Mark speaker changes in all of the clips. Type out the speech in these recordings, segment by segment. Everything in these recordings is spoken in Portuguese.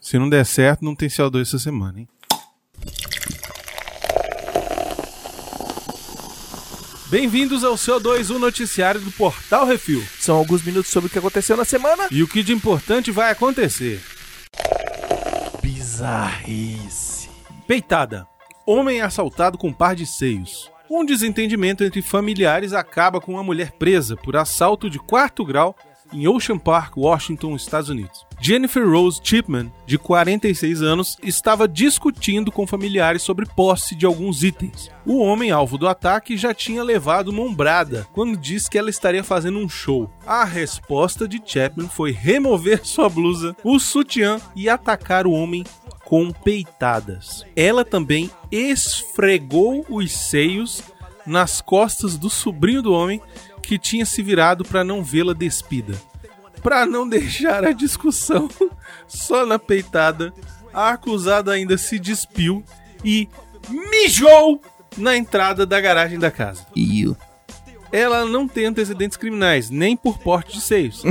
Speaker 1: Se não der certo, não tem CO2 essa semana, hein?
Speaker 2: Bem-vindos ao CO2, o noticiário do Portal Refil.
Speaker 3: São alguns minutos sobre o que aconteceu na semana.
Speaker 2: E o que de importante vai acontecer?
Speaker 3: Bizarrice.
Speaker 2: Peitada. Homem é assaltado com um par de seios. Um desentendimento entre familiares acaba com uma mulher presa por assalto de quarto grau em Ocean Park, Washington, Estados Unidos. Jennifer Rose Chipman, de 46 anos, estava discutindo com familiares sobre posse de alguns itens. O homem alvo do ataque já tinha levado uma ombrada quando disse que ela estaria fazendo um show. A resposta de Chapman foi remover sua blusa, o sutiã e atacar o homem com peitadas. Ela também esfregou os seios nas costas do sobrinho do homem que tinha se virado para não vê-la despida. Para não deixar a discussão só na peitada, a acusada ainda se despiu e mijou na entrada da garagem da casa. Ela não tem antecedentes criminais, nem por porte de seios,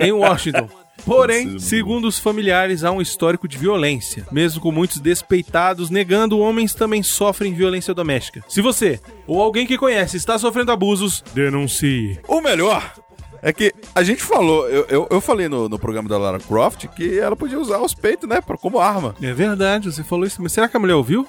Speaker 2: em Washington. Porém, segundo os familiares, há um histórico de violência. Mesmo com muitos despeitados negando, homens também sofrem violência doméstica. Se você ou alguém que conhece está sofrendo abusos, denuncie.
Speaker 4: O melhor é que a gente falou, eu, eu, eu falei no, no programa da Lara Croft que ela podia usar os peitos, né, pra- como arma.
Speaker 2: É verdade, você falou isso, mas será que a mulher ouviu?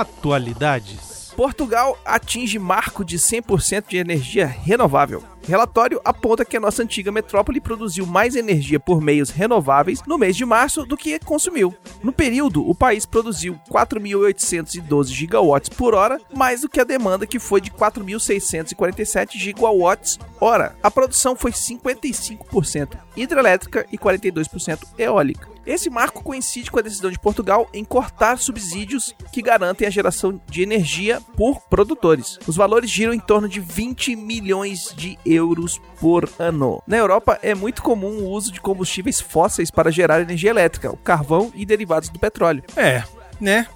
Speaker 2: Atualidades.
Speaker 3: Portugal atinge marco de 100% de energia renovável. Relatório aponta que a nossa antiga metrópole produziu mais energia por meios renováveis no mês de março do que consumiu. No período, o país produziu 4.812 gigawatts por hora, mais do que a demanda que foi de 4.647 gigawatts hora. A produção foi 55% hidrelétrica e 42% eólica. Esse marco coincide com a decisão de Portugal em cortar subsídios que garantem a geração de energia por produtores. Os valores giram em torno de 20 milhões de euros por ano. Na Europa é muito comum o uso de combustíveis fósseis para gerar energia elétrica, o carvão e derivados do petróleo.
Speaker 2: É, né?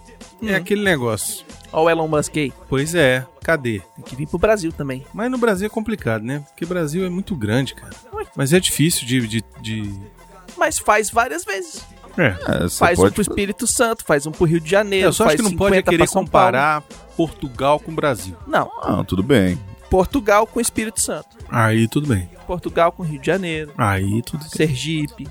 Speaker 2: É aquele negócio.
Speaker 3: Olha o Elon Musk aí,
Speaker 2: Pois é, cadê?
Speaker 3: tem que vir pro Brasil também.
Speaker 2: Mas no Brasil é complicado, né? Porque o Brasil é muito grande, cara. Mas é difícil de. de, de...
Speaker 3: Mas faz várias vezes.
Speaker 2: É.
Speaker 4: É, você
Speaker 3: Faz um
Speaker 4: pode-
Speaker 3: pro Espírito Santo, faz um pro Rio de Janeiro,
Speaker 2: Eu só acho
Speaker 3: faz
Speaker 2: que não
Speaker 3: 50
Speaker 2: pode querer
Speaker 3: pra São Paulo.
Speaker 2: comparar Portugal com o Brasil.
Speaker 3: Não,
Speaker 4: Ah, tudo bem.
Speaker 3: Portugal com Espírito Santo,
Speaker 2: Aí tudo bem.
Speaker 3: Portugal com Rio de Janeiro,
Speaker 2: Aí tudo
Speaker 3: Sergipe,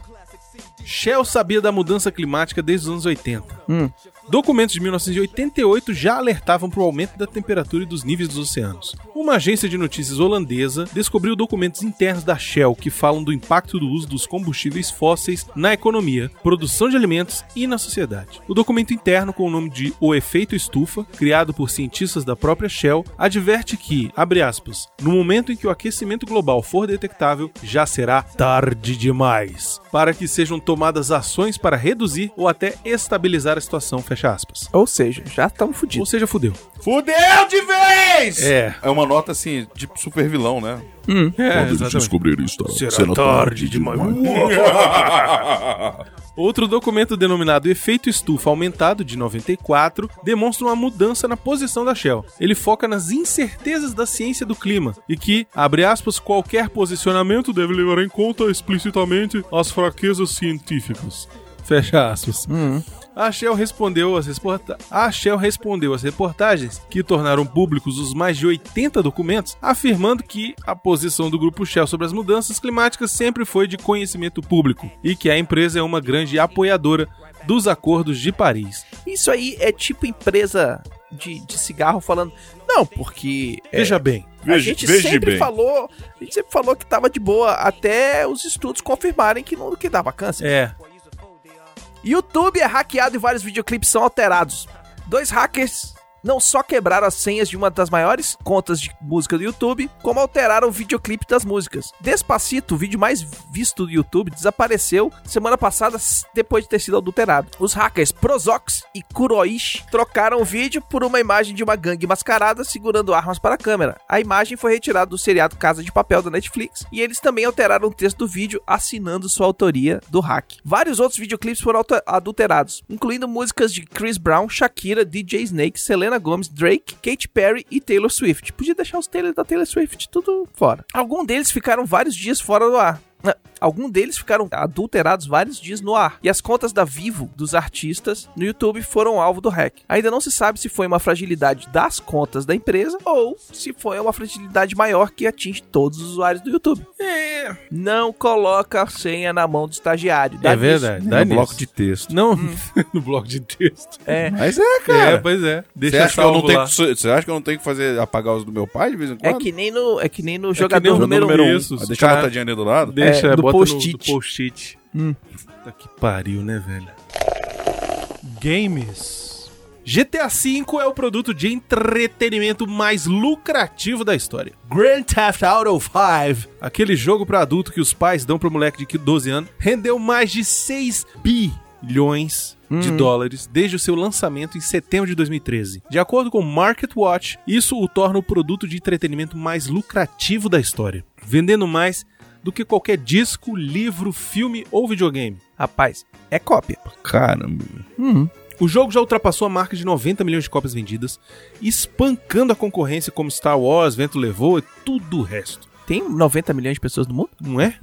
Speaker 2: Shell sabia da mudança climática desde os anos 80.
Speaker 3: Hum.
Speaker 2: Documentos de 1988 já alertavam para o aumento da temperatura e dos níveis dos oceanos. Uma agência de notícias holandesa descobriu documentos internos da Shell que falam do impacto do uso dos combustíveis fósseis na economia, produção de alimentos e na sociedade. O documento interno, com o nome de O Efeito Estufa, criado por cientistas da própria Shell, adverte que, abre aspas, no momento em que o aquecimento global for detectável, já será tarde demais para que sejam tomadas ações para reduzir ou até estabilizar a situação, fecha aspas.
Speaker 3: Ou seja, já estamos
Speaker 2: Ou
Speaker 3: fodidos.
Speaker 2: seja, fudeu.
Speaker 4: Fudeu de vez! É.
Speaker 2: É.
Speaker 4: uma nota assim, de super vilão, né?
Speaker 2: É, exatamente.
Speaker 4: descobrir isso,
Speaker 2: Será tarde demais. Outro documento denominado Efeito Estufa Aumentado de 94 demonstra uma mudança na posição da Shell. Ele foca nas incertezas da ciência do clima e que, abre aspas, qualquer posicionamento deve levar em conta explicitamente as fraquezas científicas. Fecha aspas. A Shell respondeu às reporta- a Shell respondeu às reportagens que tornaram públicos os mais de 80 documentos, afirmando que a posição do grupo Shell sobre as mudanças climáticas sempre foi de conhecimento público e que a empresa é uma grande apoiadora dos acordos de Paris.
Speaker 3: Isso aí é tipo empresa de, de cigarro falando. Não, porque. é,
Speaker 2: Veja bem,
Speaker 3: a
Speaker 4: Veja-
Speaker 3: gente
Speaker 4: veja
Speaker 3: sempre
Speaker 4: bem.
Speaker 3: falou. A gente sempre falou que tava de boa, até os estudos confirmarem que não que dava câncer.
Speaker 2: é,
Speaker 3: YouTube é hackeado e vários videoclipes são alterados. Dois hackers não só quebraram as senhas de uma das maiores contas de música do YouTube, como alteraram o videoclipe das músicas. Despacito, o vídeo mais visto do YouTube, desapareceu semana passada s- depois de ter sido adulterado. Os hackers Prozox e Kuroishi trocaram o vídeo por uma imagem de uma gangue mascarada segurando armas para a câmera. A imagem foi retirada do seriado Casa de Papel da Netflix e eles também alteraram o texto do vídeo assinando sua autoria do hack. Vários outros videoclipes foram alter- adulterados, incluindo músicas de Chris Brown, Shakira, DJ Snake, Selena Gomez, Drake, Katy Perry e Taylor Swift. Podia deixar os Taylor da Taylor Swift tudo fora. Alguns deles ficaram vários dias fora do ar. Ah, Algum deles ficaram adulterados vários dias no ar. E as contas da Vivo dos artistas no YouTube foram alvo do hack. Ainda não se sabe se foi uma fragilidade das contas da empresa ou se foi uma fragilidade maior que atinge todos os usuários do YouTube. Não coloca a senha na mão do estagiário. Dá
Speaker 2: É
Speaker 3: nisso.
Speaker 2: verdade. Dá
Speaker 4: no
Speaker 2: nisso.
Speaker 4: um bloco de texto.
Speaker 2: Não, no bloco de texto.
Speaker 3: É.
Speaker 4: Mas é, cara.
Speaker 2: É, pois é.
Speaker 4: Você
Speaker 2: Deixa
Speaker 4: acha, que eu
Speaker 2: salvo
Speaker 4: não tenho
Speaker 2: lá.
Speaker 4: que- você acha que eu não tenho que fazer apagar os do meu pai de vez em
Speaker 3: É
Speaker 4: quando?
Speaker 3: que nem no, é que nem no
Speaker 2: que
Speaker 3: jogador
Speaker 2: nem o
Speaker 3: número,
Speaker 2: número
Speaker 3: um.
Speaker 2: um.
Speaker 4: Ah, deixa a
Speaker 2: Cara-
Speaker 4: notadinha ali do lado.
Speaker 2: Deixa,
Speaker 3: É, do
Speaker 2: bota no-
Speaker 3: post-it.
Speaker 2: do post-it.
Speaker 3: Hum.
Speaker 2: Puta que pariu, né, velho? Games. GTA V é o produto de entretenimento mais lucrativo da história. Grand Theft Auto V, aquele jogo pra adulto que os pais dão pro moleque de 12 anos, rendeu mais de 6 bilhões de dólares desde o seu lançamento em setembro de 2013. De acordo com o Market Watch, isso o torna o produto de entretenimento mais lucrativo da história, vendendo mais do que qualquer disco, livro, filme ou videogame.
Speaker 3: Rapaz, é cópia.
Speaker 4: Caramba.
Speaker 2: O jogo já ultrapassou a marca de 90 milhões de cópias vendidas, espancando a concorrência como Star Wars, Vento Levou e tudo o resto.
Speaker 3: Tem 90 milhões de pessoas no mundo?
Speaker 2: Não é?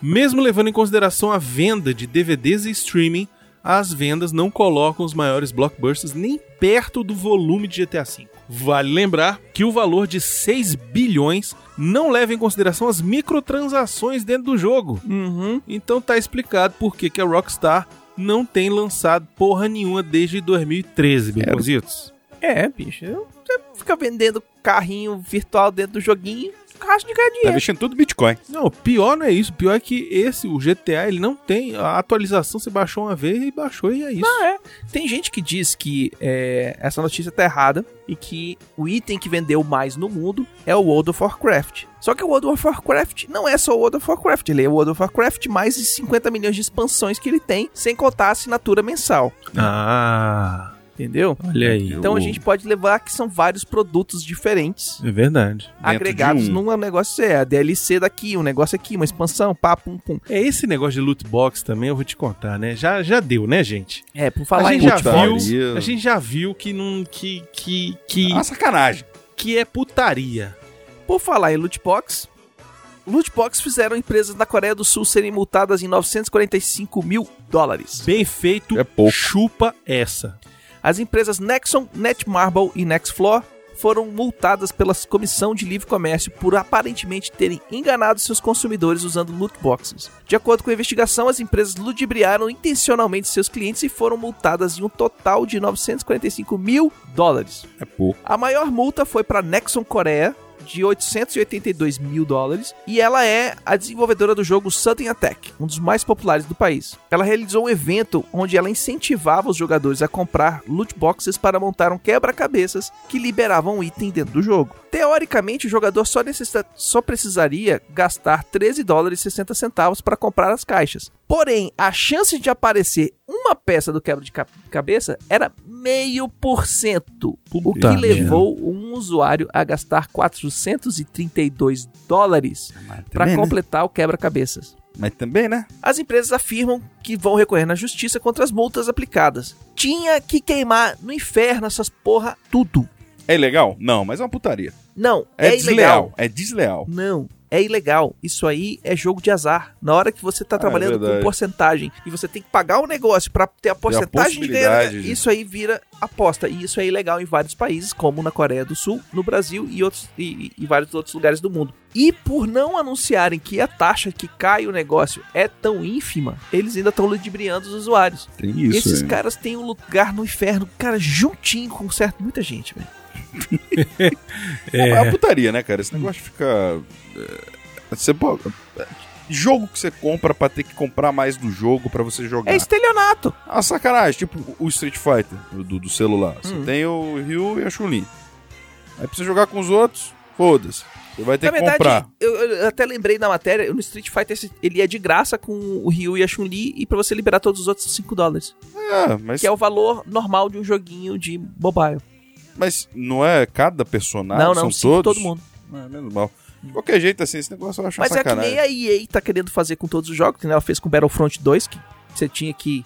Speaker 2: Mesmo levando em consideração a venda de DVDs e streaming, as vendas não colocam os maiores blockbusters nem perto do volume de GTA V. Vale lembrar que o valor de 6 bilhões não leva em consideração as microtransações dentro do jogo.
Speaker 3: Uhum.
Speaker 2: Então tá explicado por que, que a Rockstar não tem lançado porra nenhuma desde 2013, Beconzitos.
Speaker 3: É, bicho. eu- Você fica vendendo carrinho virtual dentro do joguinho, racha de ganhar
Speaker 4: Tá
Speaker 3: dinheiro.
Speaker 4: vestindo tudo Bitcoin.
Speaker 2: Não, o pior não é isso. O pior é que esse, o GTA, ele não tem. A atualização você baixou uma vez e baixou e é isso.
Speaker 3: Não, é. Tem gente que diz que é, essa notícia tá errada e que o item que vendeu mais no mundo é o World of Warcraft. Só que o World of Warcraft não é só o World of Warcraft, ele é o World of Warcraft mais de 50 milhões de expansões que ele tem, sem contar a assinatura mensal,
Speaker 2: Ah,
Speaker 3: entendeu?
Speaker 2: olha aí.
Speaker 3: Então a gente pode levar que são vários produtos diferentes
Speaker 2: É verdade.
Speaker 4: Dentro
Speaker 3: agregados
Speaker 4: de um.
Speaker 3: num negócio é a DLC daqui, um negócio aqui, uma expansão, pá, pum, pum.
Speaker 2: É esse negócio de loot box também, eu vou te contar, né? Já, já deu, né, gente?
Speaker 3: É, por falar
Speaker 2: a gente
Speaker 3: em
Speaker 2: já
Speaker 4: loot
Speaker 2: viu,
Speaker 4: box. Putaria.
Speaker 2: a gente já viu que não que que que,
Speaker 4: Ah, sacanagem.
Speaker 2: que é putaria.
Speaker 3: por falar em loot box, loot box fizeram empresas na Coreia do Sul serem multadas em 945 mil dólares.
Speaker 2: Bem feito,
Speaker 4: É pouco.
Speaker 2: chupa essa.
Speaker 3: As empresas Nexon, Netmarble e Nextfloor foram multadas pela Comissão de Livre Comércio por aparentemente terem enganado seus consumidores usando loot boxes. De acordo com a investigação, as empresas ludibriaram intencionalmente seus clientes e foram multadas em um total de 945 mil dólares.
Speaker 4: É pouco.
Speaker 3: A maior multa foi para Nexon Coreia, de 882 mil dólares, e ela é a desenvolvedora do jogo Sudden Attack, um dos mais populares do país. Ela realizou um evento onde ela incentivava os jogadores a comprar loot boxes para montar um quebra-cabeças que liberavam um item dentro do jogo. Teoricamente, o jogador só, necessita- só precisaria gastar 13 dólares e 60 centavos para comprar as caixas. Porém, a chance de aparecer uma peça do quebra-cabeça era meio por cento, o que
Speaker 4: Tá
Speaker 2: Puta merda.
Speaker 3: levou um usuário a gastar 432 dólares
Speaker 4: Mas também,
Speaker 3: para
Speaker 4: né?
Speaker 3: completar o quebra-cabeças.
Speaker 4: Mas também, né?
Speaker 3: As empresas afirmam que vão recorrer na justiça contra as multas aplicadas. Tinha que queimar no inferno essas porra tudo.
Speaker 4: É ilegal? Não, mas é uma putaria.
Speaker 3: Não, é
Speaker 4: É,
Speaker 3: ilegal.
Speaker 4: desleal. É desleal.
Speaker 3: Não, é ilegal. Isso aí é jogo de azar. Na hora que você tá trabalhando com
Speaker 4: Ah, é verdade.
Speaker 3: porcentagem e você tem que pagar um negócio pra ter a porcentagem de ganhar,
Speaker 4: possibilidade de-
Speaker 3: isso aí vira aposta. E isso é ilegal em vários países, como na Coreia do Sul, no Brasil e, outros, e, e- e vários outros lugares do mundo. E por não anunciarem que a taxa que cai o negócio é tão ínfima, eles ainda estão ludibriando os usuários.
Speaker 4: Tem
Speaker 3: Esses
Speaker 4: é.
Speaker 3: caras têm um lugar no inferno, cara, juntinho com certo, muita gente, velho.
Speaker 4: É uma putaria, né, cara? Esse negócio fica. é, Você pode. é, Jogo que você compra pra ter que comprar mais do jogo pra você jogar.
Speaker 3: É estelionato.
Speaker 4: Ah, sacanagem. Tipo o Street Fighter do, do celular. Você
Speaker 3: Hum.
Speaker 4: tem o Ryu e a Chun-Li. Aí pra você jogar com os outros, foda-se. Você vai
Speaker 3: Na
Speaker 4: ter que
Speaker 3: verdade,
Speaker 4: comprar.
Speaker 3: Eu, eu até lembrei na matéria, no Street Fighter esse- ele é de graça com o Ryu e a Chun-Li e pra você liberar todos os outros 5 dólares,
Speaker 4: É, mas,
Speaker 3: que é o valor normal de um joguinho de mobile.
Speaker 4: mas não é cada personagem,
Speaker 3: não, não,
Speaker 4: são
Speaker 3: cinco
Speaker 4: todos.
Speaker 3: todo mundo.
Speaker 4: É, menos mal. De qualquer jeito, assim, esse negócio eu acho uma
Speaker 3: Mas é que
Speaker 4: sacanagem.
Speaker 3: nem a EA tá querendo fazer com todos os jogos, que nem ela fez com Battlefront 2, que você tinha que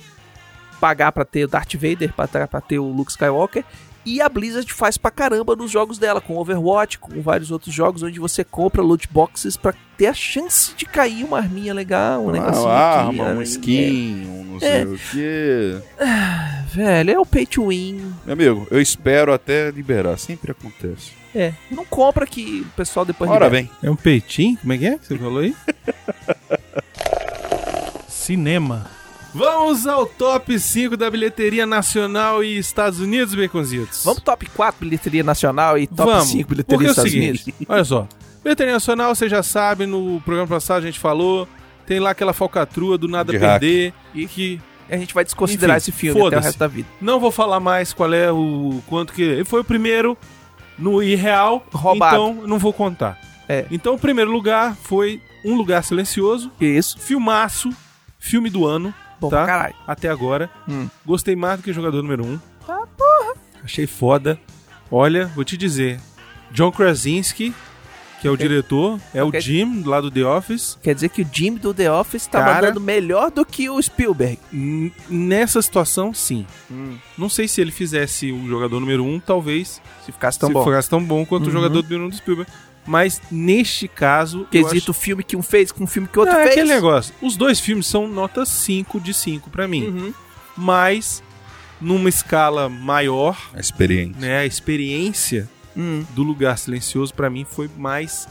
Speaker 3: pagar pra ter o Darth Vader, pra, ter- pra ter o Luke Skywalker, E a Blizzard faz pra caramba nos jogos dela, com Overwatch, com vários outros jogos, onde você compra loot boxes pra ter a chance de cair uma arminha legal, um
Speaker 4: Ah, uma
Speaker 3: negocinho aqui, né?
Speaker 4: arma,
Speaker 3: aí,
Speaker 4: um skin, um não sei
Speaker 3: É.
Speaker 4: o quê.
Speaker 3: é. Velho, é o pay to win.
Speaker 4: Meu amigo, eu espero até liberar. Sempre acontece.
Speaker 3: É, não compra que o pessoal depois...
Speaker 4: Ora
Speaker 3: libera.
Speaker 4: bem,
Speaker 1: É um peitinho? Como é que é que você falou aí? Cinema.
Speaker 2: Vamos ao top 5 da bilheteria nacional e Estados Unidos, Baconzitos.
Speaker 3: Vamos top 4 bilheteria nacional e top
Speaker 2: Vamos,
Speaker 3: 5
Speaker 2: porque
Speaker 3: bilheteria
Speaker 2: é o
Speaker 3: dos Estados
Speaker 2: seguinte,
Speaker 3: Unidos.
Speaker 2: Olha só. Bilheteria nacional, você já sabe, no programa passado a gente falou, tem lá aquela falcatrua do Nada
Speaker 4: De
Speaker 2: Perder, e que
Speaker 3: A gente vai desconsiderar
Speaker 2: Enfim,
Speaker 3: esse filme até o
Speaker 2: foda-se.
Speaker 3: resto da vida.
Speaker 2: Não vou falar mais qual é o quanto que. Ele foi o primeiro no irreal,
Speaker 3: Roubado.
Speaker 2: então não vou contar.
Speaker 3: É.
Speaker 2: Então, o primeiro lugar foi Um Lugar Silencioso,
Speaker 3: Isso,
Speaker 2: filmaço, filme do ano,
Speaker 3: bom
Speaker 2: Tá.
Speaker 3: pra caralho.
Speaker 2: até agora.
Speaker 3: Hum. Tá,
Speaker 2: Gostei mais do que jogador número Um. Ah, porra! Achei foda. Olha, vou te dizer. John Krasinski, que é o diretor, é o
Speaker 3: Ok.
Speaker 2: Jim, lá do The Office.
Speaker 3: Quer dizer que o Jim do The Office tá
Speaker 2: Cara.
Speaker 3: mandando melhor do que o Spielberg.
Speaker 2: N- nessa situação, sim. Não sei se ele fizesse o jogador número um, talvez
Speaker 3: Se ficasse tão
Speaker 2: se
Speaker 3: bom.
Speaker 2: fosse tão bom quanto
Speaker 3: Uhum.
Speaker 2: o jogador do Bruno do Spielberg. Mas neste caso. eu
Speaker 3: Quesito o filme que um fez com um filme que o
Speaker 2: acho-
Speaker 3: outro
Speaker 2: Não, é
Speaker 3: fez.
Speaker 2: aquele negócio. Os dois filmes são nota 5 de 5 pra mim.
Speaker 3: Uhum.
Speaker 2: Mas, numa escala maior,
Speaker 4: a experiência.
Speaker 2: né, a experiência
Speaker 3: Hum.
Speaker 2: do Lugar Silencioso pra mim foi mais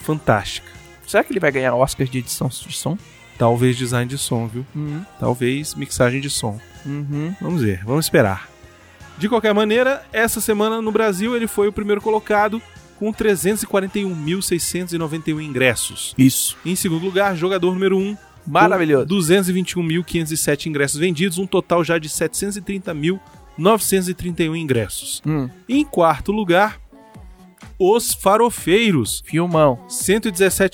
Speaker 2: fantástica.
Speaker 3: Será que ele vai ganhar Oscar de edição de som?
Speaker 2: Talvez design de som, viu?
Speaker 3: Uhum.
Speaker 2: Talvez mixagem de som.
Speaker 3: Uhum.
Speaker 2: Vamos ver, vamos esperar. De qualquer maneira, essa semana no Brasil ele foi o primeiro colocado com 341.691 ingressos.
Speaker 3: Isso.
Speaker 2: Em segundo lugar, jogador número 1,
Speaker 3: Maravilhoso.
Speaker 2: 221.507 ingressos vendidos, um total já de 730.931 ingressos.
Speaker 3: Hum.
Speaker 2: Em quarto lugar, Os Farofeiros,
Speaker 3: Filmão.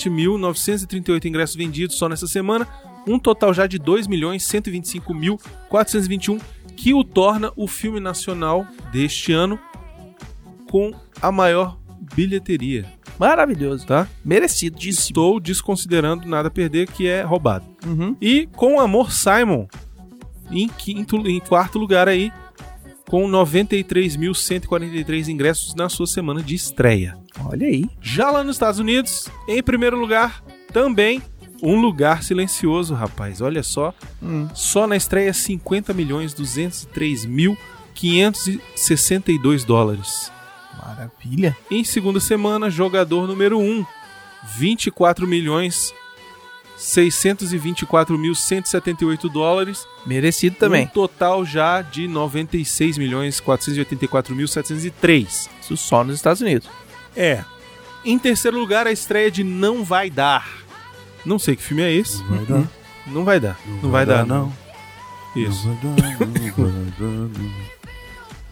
Speaker 2: 117.938 ingressos vendidos só nessa semana, um total já de 2.125.421, que o torna o filme nacional deste ano com a maior bilheteria,
Speaker 3: Maravilhoso.
Speaker 2: tá?
Speaker 3: Merecido. Disso.
Speaker 2: Estou desconsiderando Nada a Perder, que é roubado.
Speaker 3: Uhum.
Speaker 2: E com Amor Simon, em, quinto, em quarto lugar aí, com 93.143 ingressos na sua semana de estreia.
Speaker 3: Olha aí.
Speaker 2: Já lá nos Estados Unidos, em primeiro lugar, também um lugar silencioso, rapaz. Olha só,
Speaker 3: Hum.
Speaker 2: só na estreia 50 milhões 203 mil 562 dólares.
Speaker 3: Maravilha.
Speaker 2: Em segunda semana, jogador número 1, 24 milhões 624 mil 178 dólares.
Speaker 3: Merecido também.
Speaker 2: Um total já de 96 milhões 484 mil 703.
Speaker 3: Isso só nos Estados Unidos.
Speaker 2: É. Em terceiro lugar, a estreia de Não Vai Dar. Não sei que filme é esse.
Speaker 1: Vai dar?
Speaker 2: Não vai dar. Não, vai, dar, não. Isso.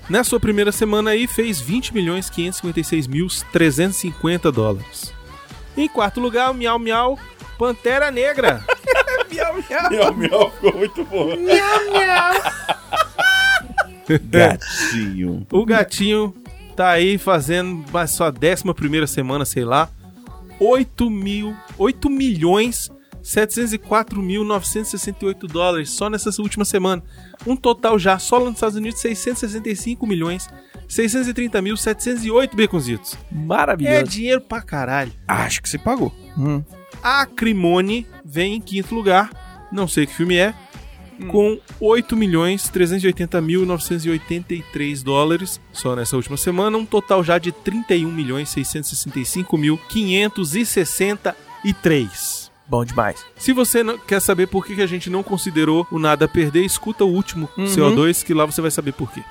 Speaker 2: Na sua primeira semana aí, fez 20 milhões 556 mil 350 dólares. Em quarto lugar, o Miau Miau Pantera Negra.
Speaker 4: Miau, miau, ficou muito bom. Gatinho.
Speaker 2: o gatinho tá aí fazendo a sua décima primeira semana, sei lá. 8 mil, 8 milhões 704 mil 968 dólares só nessa última semana. Um total já, só lá nos Estados Unidos, 665 milhões 630 mil 708 baconzitos. É
Speaker 3: Maravilhoso.
Speaker 2: dinheiro pra caralho.
Speaker 4: Acho que você pagou.
Speaker 3: Hum.
Speaker 2: Acrimone vem em quinto lugar, não sei que filme é,
Speaker 3: Hum.
Speaker 2: com 8 milhões 380 mil 983 dólares só nessa última semana, um total já de 31 milhões 665 mil 563.
Speaker 3: Bom demais.
Speaker 2: Se você não- quer saber por que que a gente não considerou o Nada a Perder, escuta o último
Speaker 3: Uhum.
Speaker 2: CO2 que lá você vai saber por quê.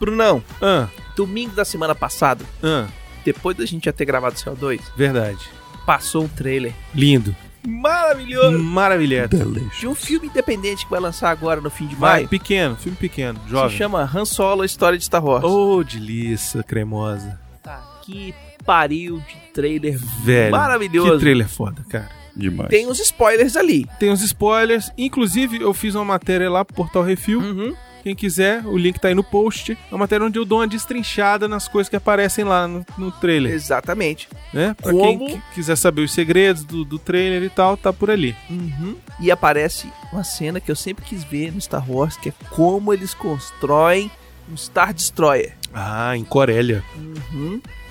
Speaker 3: Brunão,
Speaker 2: Ah,
Speaker 3: domingo da semana passada,
Speaker 2: ah,
Speaker 3: depois da gente já ter gravado o CO2,
Speaker 2: verdade.
Speaker 3: passou um trailer
Speaker 2: Lindo.
Speaker 3: maravilhoso
Speaker 2: Maravilhado.
Speaker 3: de um filme independente que vai lançar agora no fim de
Speaker 2: Vai,
Speaker 3: maio.
Speaker 2: pequeno, filme pequeno,
Speaker 3: Se
Speaker 2: jovem.
Speaker 3: chama Han Solo, a história de Star Wars.
Speaker 2: Ô, oh, delícia cremosa.
Speaker 3: Tá, que pariu de trailer
Speaker 2: Velho.
Speaker 3: maravilhoso.
Speaker 2: Que trailer foda, cara.
Speaker 4: Demais.
Speaker 3: Tem uns spoilers ali.
Speaker 2: Tem os spoilers. Inclusive, eu fiz uma matéria lá pro Portal Refil.
Speaker 3: Uhum.
Speaker 2: Quem quiser, o link tá aí no post. É uma matéria onde eu dou uma destrinchada nas coisas que aparecem lá no, no trailer.
Speaker 3: Exatamente.
Speaker 2: Né? Pra quem
Speaker 3: Como?
Speaker 2: qui- quiser saber os segredos do, do trailer e tal, tá por ali.
Speaker 3: Uhum. E aparece uma cena que eu sempre quis ver no Star Wars, que é como eles constroem um Star Destroyer.
Speaker 2: Ah, em Corélia.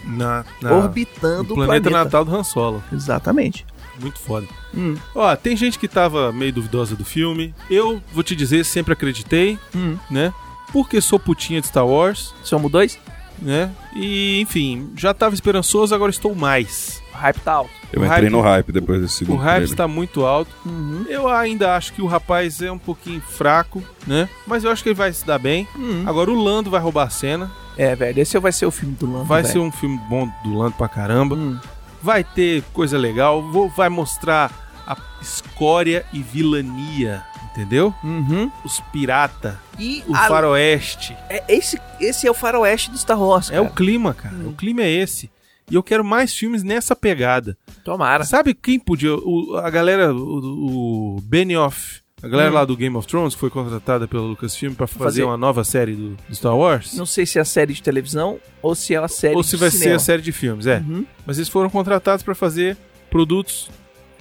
Speaker 2: Na, na-
Speaker 3: orbitando
Speaker 2: no
Speaker 3: o
Speaker 2: Uhum. Ah, planeta,
Speaker 3: planeta.
Speaker 2: natal do Han Solo.
Speaker 3: Exatamente.
Speaker 2: Muito foda.
Speaker 3: Hum.
Speaker 2: Ó, tem gente que tava meio duvidosa do filme. Eu vou te dizer, sempre acreditei,
Speaker 3: Hum.
Speaker 2: né? Porque sou putinha de Star Wars,
Speaker 3: Somos dois?
Speaker 2: né? E, enfim, já tava esperançoso, agora estou mais.
Speaker 3: O hype tá alto.
Speaker 4: Eu
Speaker 2: O
Speaker 4: entrei
Speaker 2: hype-
Speaker 4: no hype depois desse
Speaker 2: O
Speaker 4: segundo
Speaker 2: hype tá
Speaker 4: trailer.
Speaker 2: está muito alto.
Speaker 3: Uhum.
Speaker 2: Eu ainda acho que o rapaz é um pouquinho fraco, né? Mas eu acho que ele vai se dar bem.
Speaker 3: Uhum.
Speaker 2: Agora o Lando vai roubar a cena.
Speaker 3: É, velho, esse vai ser o filme do Lando.
Speaker 2: Vai
Speaker 3: velho.
Speaker 2: ser um filme bom do Lando pra caramba.
Speaker 3: Uhum.
Speaker 2: Vai ter coisa legal. Vou- vai mostrar a escória e vilania, entendeu?
Speaker 3: Uhum.
Speaker 2: Os pirata,
Speaker 3: E
Speaker 2: o
Speaker 3: a-
Speaker 2: faroeste.
Speaker 3: é- esse, esse é o faroeste do Star Wars.
Speaker 2: É o
Speaker 3: cara. Uhum.
Speaker 2: clima, cara. O clima é esse. E eu quero mais filmes nessa pegada.
Speaker 3: Tomara.
Speaker 2: Sabe quem podia? o- a galera, o, o Benioff, a galera
Speaker 3: Hum.
Speaker 2: lá do Game of Thrones, que foi contratada pelo Lucasfilm pra fazer,
Speaker 3: Fazer.
Speaker 2: uma nova série do, do Star Wars.
Speaker 3: Não sei se é a série de televisão ou se é a série
Speaker 2: Ou se
Speaker 3: de
Speaker 2: vai ser
Speaker 3: cinema.
Speaker 2: a série de filmes, é.
Speaker 3: Uhum.
Speaker 2: Mas eles foram contratados pra fazer produtos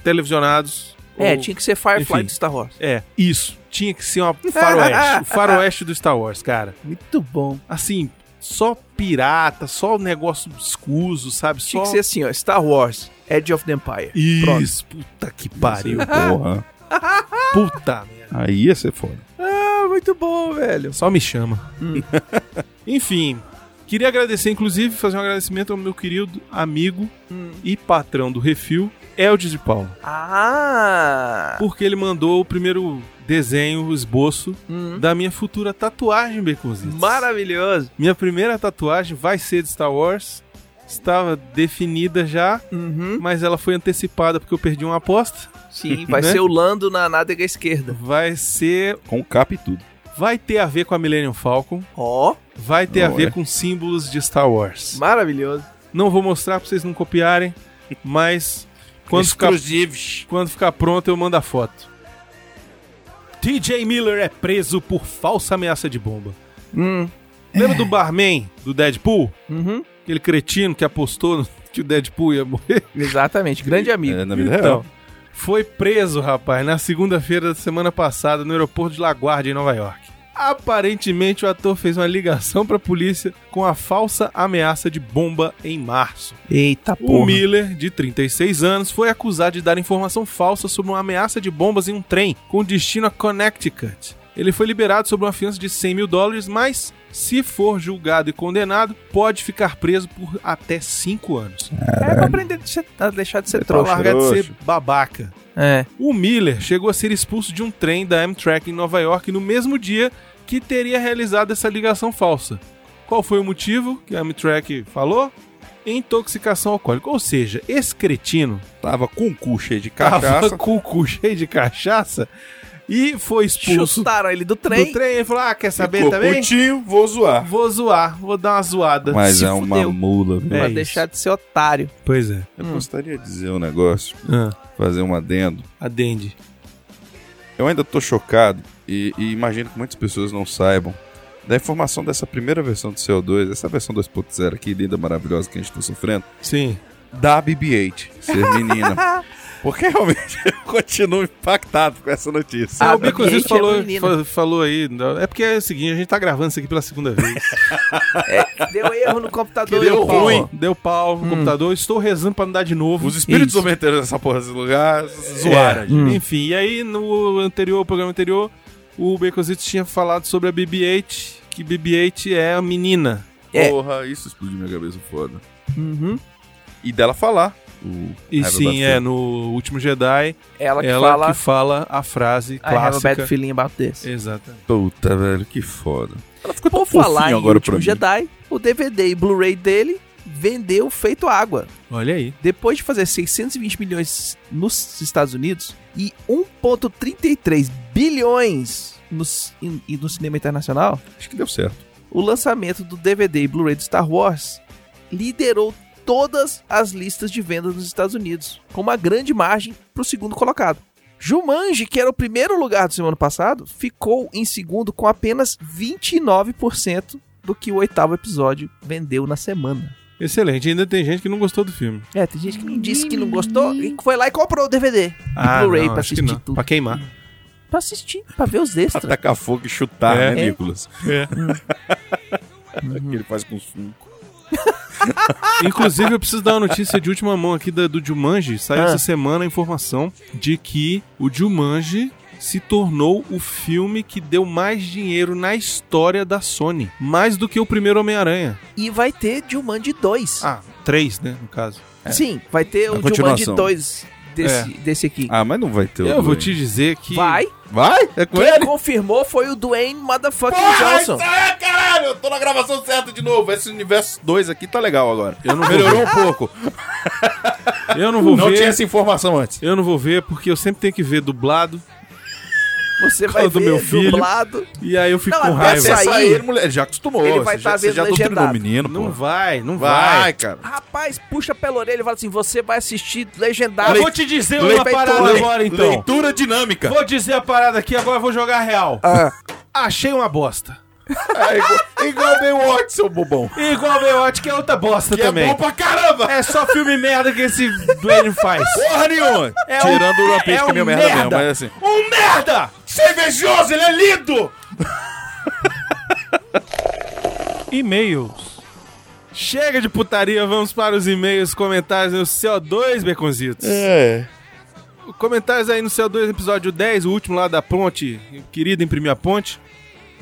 Speaker 2: televisionados.
Speaker 3: É,
Speaker 2: ou-
Speaker 3: tinha que ser Firefly
Speaker 2: Enfim.
Speaker 3: do Star Wars.
Speaker 2: É, isso. Tinha que ser uma faroeste. o faroeste do Star Wars, cara.
Speaker 3: Muito bom.
Speaker 2: Assim, só pirata, só negócio escuso, sabe? Só...
Speaker 3: Tinha que ser assim, ó. Star Wars, Edge of the Empire.
Speaker 2: Isso, puta que pariu.
Speaker 4: Pariu, porra.
Speaker 2: puta merda.
Speaker 4: Aí ia ser foda.
Speaker 3: Ah, muito bom, velho.
Speaker 2: Só me chama. Enfim, queria agradecer, inclusive, fazer um agradecimento ao meu querido amigo e patrão do Refil, Eldes de Paula.
Speaker 3: Ah!
Speaker 2: Porque ele mandou o primeiro desenho, o esboço,
Speaker 3: Hum.
Speaker 2: da minha futura tatuagem, Beconzitos.
Speaker 3: Maravilhoso.
Speaker 2: Minha primeira tatuagem vai ser de Star Wars. Estava definida já,
Speaker 3: Uhum.
Speaker 2: mas ela foi antecipada porque eu perdi uma aposta.
Speaker 3: Sim, vai
Speaker 2: Né?
Speaker 3: ser o Lando na nádega esquerda.
Speaker 2: Vai ser.
Speaker 4: Com capa e tudo.
Speaker 2: Vai ter a ver com a Millennium Falcon.
Speaker 3: Ó,
Speaker 2: Vai ter a
Speaker 4: Não,
Speaker 2: ver
Speaker 4: é.
Speaker 2: com símbolos de Star Wars.
Speaker 3: maravilhoso.
Speaker 2: Não vou mostrar pra vocês não copiarem, mas quando, ficar,
Speaker 4: Exclusivos.
Speaker 2: quando ficar pronto eu mando a foto. TJ Miller é preso por falsa ameaça de bomba.
Speaker 3: Hum.
Speaker 2: Lembra do barman do Deadpool?
Speaker 3: Uhum.
Speaker 2: Aquele cretino que apostou que o Deadpool ia morrer?
Speaker 3: Exatamente, grande amigo.
Speaker 4: É, na vida real.
Speaker 2: Então, foi preso, rapaz, na segunda-feira da semana passada no aeroporto de LaGuardia, em Nova York. Aparentemente, o ator fez uma ligação pra polícia com a falsa ameaça de bomba em março.
Speaker 3: Eita
Speaker 2: É. O Miller, de 36 anos, foi acusado de dar informação falsa sobre uma ameaça de bombas em um trem com destino a Connecticut. Ele foi liberado sobre uma fiança de 100 mil dólares, mas, se for julgado e condenado, pode ficar preso por até 5 anos.
Speaker 3: É tá pra aprender a ser- a deixar de ser
Speaker 2: Pra
Speaker 3: trouxa.
Speaker 2: largar de ser
Speaker 4: trouxa.
Speaker 2: babaca.
Speaker 3: É.
Speaker 2: O Miller chegou a ser expulso de um trem da Amtrak em Nova York no mesmo dia que teria realizado essa ligação falsa. Qual foi o motivo que a Amtrak falou? Intoxicação alcoólica. Ou seja, esse cretino
Speaker 4: Tava com o cu cheio de
Speaker 2: tava
Speaker 4: cachaça.
Speaker 2: com o cu cheio de cachaça e foi expulso
Speaker 3: Chutaram ele
Speaker 2: do
Speaker 3: do trem.
Speaker 2: trem. Ele falou: Ah, quer saber
Speaker 4: ficou
Speaker 2: também?
Speaker 4: putinho, vou zoar.
Speaker 2: Vou zoar, vou dar uma zoada.
Speaker 4: Mas
Speaker 2: Se
Speaker 4: é uma
Speaker 2: fudeu.
Speaker 4: mula, velho.
Speaker 3: Pra
Speaker 2: É
Speaker 3: deixar de ser otário.
Speaker 2: Pois é.
Speaker 4: Eu gostaria de dizer um negócio,
Speaker 2: Ah,
Speaker 4: fazer um adendo.
Speaker 2: adende.
Speaker 4: Eu ainda tô chocado e, e imagino que muitas pessoas não saibam da informação dessa primeira versão do CO2, essa versão 2.0 aqui, linda, maravilhosa que a gente tá sofrendo,
Speaker 2: Sim.
Speaker 4: da BB-8, ser menina. Porque realmente eu continuo impactado com essa notícia.
Speaker 3: Ah,
Speaker 2: o Bicozinho
Speaker 3: é
Speaker 2: falou,
Speaker 3: menina.
Speaker 2: fa- falou aí. É porque é o seguinte, a gente tá gravando isso aqui pela segunda vez.
Speaker 3: é Deu erro no computador.
Speaker 4: Deu
Speaker 3: eu falo.
Speaker 4: ruim.
Speaker 2: Deu pau no computador. Estou rezando pra não dar de novo.
Speaker 4: Os espíritos
Speaker 2: Isso.
Speaker 4: ometeram nessa porra desse lugar,
Speaker 2: zoaram.
Speaker 4: zoaram.
Speaker 2: a
Speaker 4: gente.
Speaker 2: gente. Hum. Enfim, e aí no anterior, programa anterior, o Baconzitos tinha falado sobre a BB-8, que BB-8 é a menina.
Speaker 3: É.
Speaker 4: Porra, isso explodiu minha cabeça foda.
Speaker 3: Uhum.
Speaker 4: E dela falar. O
Speaker 2: E
Speaker 4: Have a Bad
Speaker 2: sim, é,
Speaker 4: Feeling.
Speaker 2: no Último Jedi,
Speaker 3: Ela que
Speaker 2: ela
Speaker 3: fala.
Speaker 2: que fala a frase
Speaker 3: I have a bad
Speaker 2: clássica. É.
Speaker 3: feeling about this.
Speaker 2: Exatamente.
Speaker 4: Puta, velho, que foda. Ela ficou
Speaker 3: Por falar em
Speaker 4: agora
Speaker 3: Último
Speaker 4: pra mim.
Speaker 3: Jedi, o DVD e Blu-ray dele vendeu feito água.
Speaker 2: Olha aí.
Speaker 3: Depois de fazer 620 milhões nos Estados Unidos e 1,33 bilhões nos, e, e no cinema internacional,
Speaker 4: Acho que deu certo.
Speaker 3: o lançamento do DVD e Blu-ray de Star Wars liderou todas as listas de vendas nos Estados Unidos, com uma grande margem para o segundo colocado. Jumanji, que era o primeiro lugar do semana passado, ficou em segundo com apenas 29% do que o oitavo episódio vendeu na semana.
Speaker 2: Excelente. Ainda tem gente que não gostou do filme.
Speaker 3: É, tem gente que disse que não gostou e foi lá e comprou o DVD. e
Speaker 2: Ah,
Speaker 3: Blu-ray
Speaker 2: não,
Speaker 3: pra
Speaker 2: acho que
Speaker 3: assistir
Speaker 2: não.
Speaker 3: tudo.
Speaker 2: Pra queimar.
Speaker 3: pra assistir, pra ver os extras.
Speaker 4: Tacar fogo e chutar,
Speaker 2: É.
Speaker 4: né,
Speaker 3: É.
Speaker 4: Nicolas?
Speaker 2: É.
Speaker 4: Que ele faz com suco.
Speaker 2: Inclusive, eu preciso dar uma notícia de última mão aqui da- do Jumanji. Saiu
Speaker 3: Ah.
Speaker 2: essa semana a informação de que o Jumanji se tornou o filme que deu mais dinheiro na história da Sony. Mais do que o primeiro Homem-Aranha.
Speaker 3: E vai ter Jumanji 2.
Speaker 2: tá- Ah, É três, né, no caso.
Speaker 3: Sim, vai ter
Speaker 4: A
Speaker 3: o Jumanji
Speaker 4: continuação.
Speaker 3: 2
Speaker 2: É.
Speaker 3: desse, desse aqui.
Speaker 4: Ah, mas não vai ter o
Speaker 2: Eu vou
Speaker 4: dois.
Speaker 2: te dizer que...
Speaker 3: Vai.
Speaker 4: Vai? É com
Speaker 3: Quem
Speaker 4: ele?
Speaker 3: confirmou foi o Dwayne Motherfucking
Speaker 4: Porra,
Speaker 3: Johnson.
Speaker 4: isso é, caralho! Eu tô na gravação certa de novo. Esse universo 2 aqui tá legal agora.
Speaker 2: Eu não vou
Speaker 4: Melhorou um pouco.
Speaker 2: Eu não vou
Speaker 4: Não
Speaker 2: ver...
Speaker 4: tinha essa informação antes.
Speaker 2: Eu não vou ver porque eu sempre tenho que ver dublado.
Speaker 3: Você vai
Speaker 2: causa do
Speaker 3: ver
Speaker 2: meu filho.
Speaker 3: dublado.
Speaker 2: E aí eu fico
Speaker 3: Não,
Speaker 2: com
Speaker 3: até
Speaker 2: raiva.
Speaker 3: sair-
Speaker 4: Acessa ele, mulher. Ele já acostumou.
Speaker 3: Ele vai
Speaker 4: Você já-
Speaker 3: tá
Speaker 4: você
Speaker 3: vendo
Speaker 4: já doutrinou
Speaker 3: legendado.
Speaker 4: o menino, pô.
Speaker 2: Não vai, não vai.
Speaker 4: Vai, cara.
Speaker 3: Rapaz, puxa pela orelha e fala assim: você vai assistir legendado.
Speaker 2: Eu Ah, vou te dizer uma
Speaker 3: Leitura.
Speaker 2: parada
Speaker 3: Leitura.
Speaker 2: agora, então.
Speaker 4: Leitura dinâmica.
Speaker 2: Vou dizer a parada aqui, agora eu vou jogar a real.
Speaker 3: Ah.
Speaker 2: Achei uma bosta.
Speaker 4: É, igual, igual Baywatch, seu bobão.
Speaker 2: Igual Baywatch, que é outra bosta
Speaker 4: Que
Speaker 2: também.
Speaker 4: é bom pra caramba.
Speaker 2: É só filme merda que esse Duane faz.
Speaker 4: Porra nenhuma.
Speaker 2: É
Speaker 4: Tirando
Speaker 2: um-
Speaker 4: o Rampage,
Speaker 2: é
Speaker 4: que é meio
Speaker 2: um
Speaker 4: merda, mesmo,
Speaker 2: merda.
Speaker 4: mas assim.
Speaker 2: Um merda!
Speaker 4: Você é invejoso, ele é lindo.
Speaker 1: E-mails.
Speaker 2: Chega de putaria, vamos para os e-mails, comentários né? no CO2, Beconzitos.
Speaker 4: É.
Speaker 2: Comentários aí no CO2, episódio 10, o último lá da ponte, querido imprimir a ponte.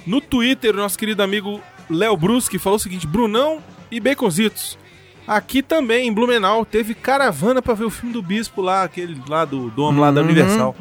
Speaker 2: No Twitter, o nosso querido amigo Léo Brusque falou o seguinte: Brunão e Baconzitos. Aqui também, em Blumenau, teve caravana pra ver o filme do Bispo lá, aquele lá do domo lá
Speaker 4: Uhum,
Speaker 2: da Universal.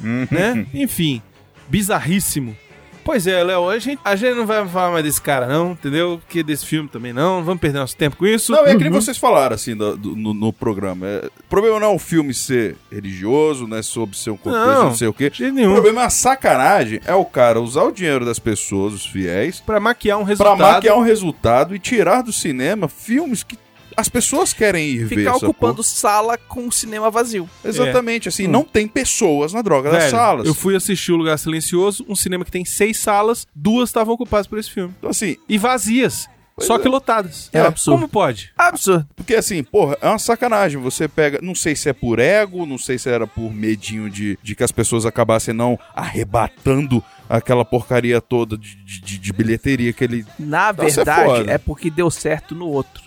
Speaker 2: Né? Enfim, bizarríssimo. Pois é, Léo, a gente, a gente não vai falar mais desse cara, não, entendeu? Porque desse filme também não, vamos perder nosso tempo com isso.
Speaker 4: Não, é que nem vocês falaram, assim, do- do- no, no programa. É, o problema não é o filme ser religioso, né? Sobre ser um contexto, não,
Speaker 2: Não,
Speaker 4: sei o quê.
Speaker 2: de jeito
Speaker 4: O
Speaker 2: nenhum.
Speaker 4: problema é a sacanagem, é o cara usar o dinheiro das pessoas, os fiéis,
Speaker 2: Pra maquiar um
Speaker 4: pra
Speaker 2: resultado.
Speaker 4: maquiar um resultado e tirar do cinema filmes que as pessoas querem ir ver.
Speaker 3: Ficar
Speaker 4: sacou?
Speaker 3: ocupando sala com um cinema vazio.
Speaker 4: Exatamente, assim, não tem pessoas na droga das
Speaker 2: É. Velho,
Speaker 4: salas.
Speaker 2: Eu fui assistir o Lugar Silencioso, um cinema que tem seis salas, duas estavam ocupadas por esse filme.
Speaker 4: Então, assim,
Speaker 2: E vazias, só que lotadas.
Speaker 4: É um
Speaker 3: absurdo.
Speaker 2: Como pode?
Speaker 3: Absurdo.
Speaker 4: Porque assim, porra, é uma sacanagem. Você pega, não sei se é por ego, não sei se era por medinho de, de que as pessoas acabassem não arrebatando aquela porcaria toda de, de- de- de bilheteria que ele.
Speaker 3: Na
Speaker 4: Então você é
Speaker 3: verdade,
Speaker 4: foda.
Speaker 3: é porque deu certo no outro.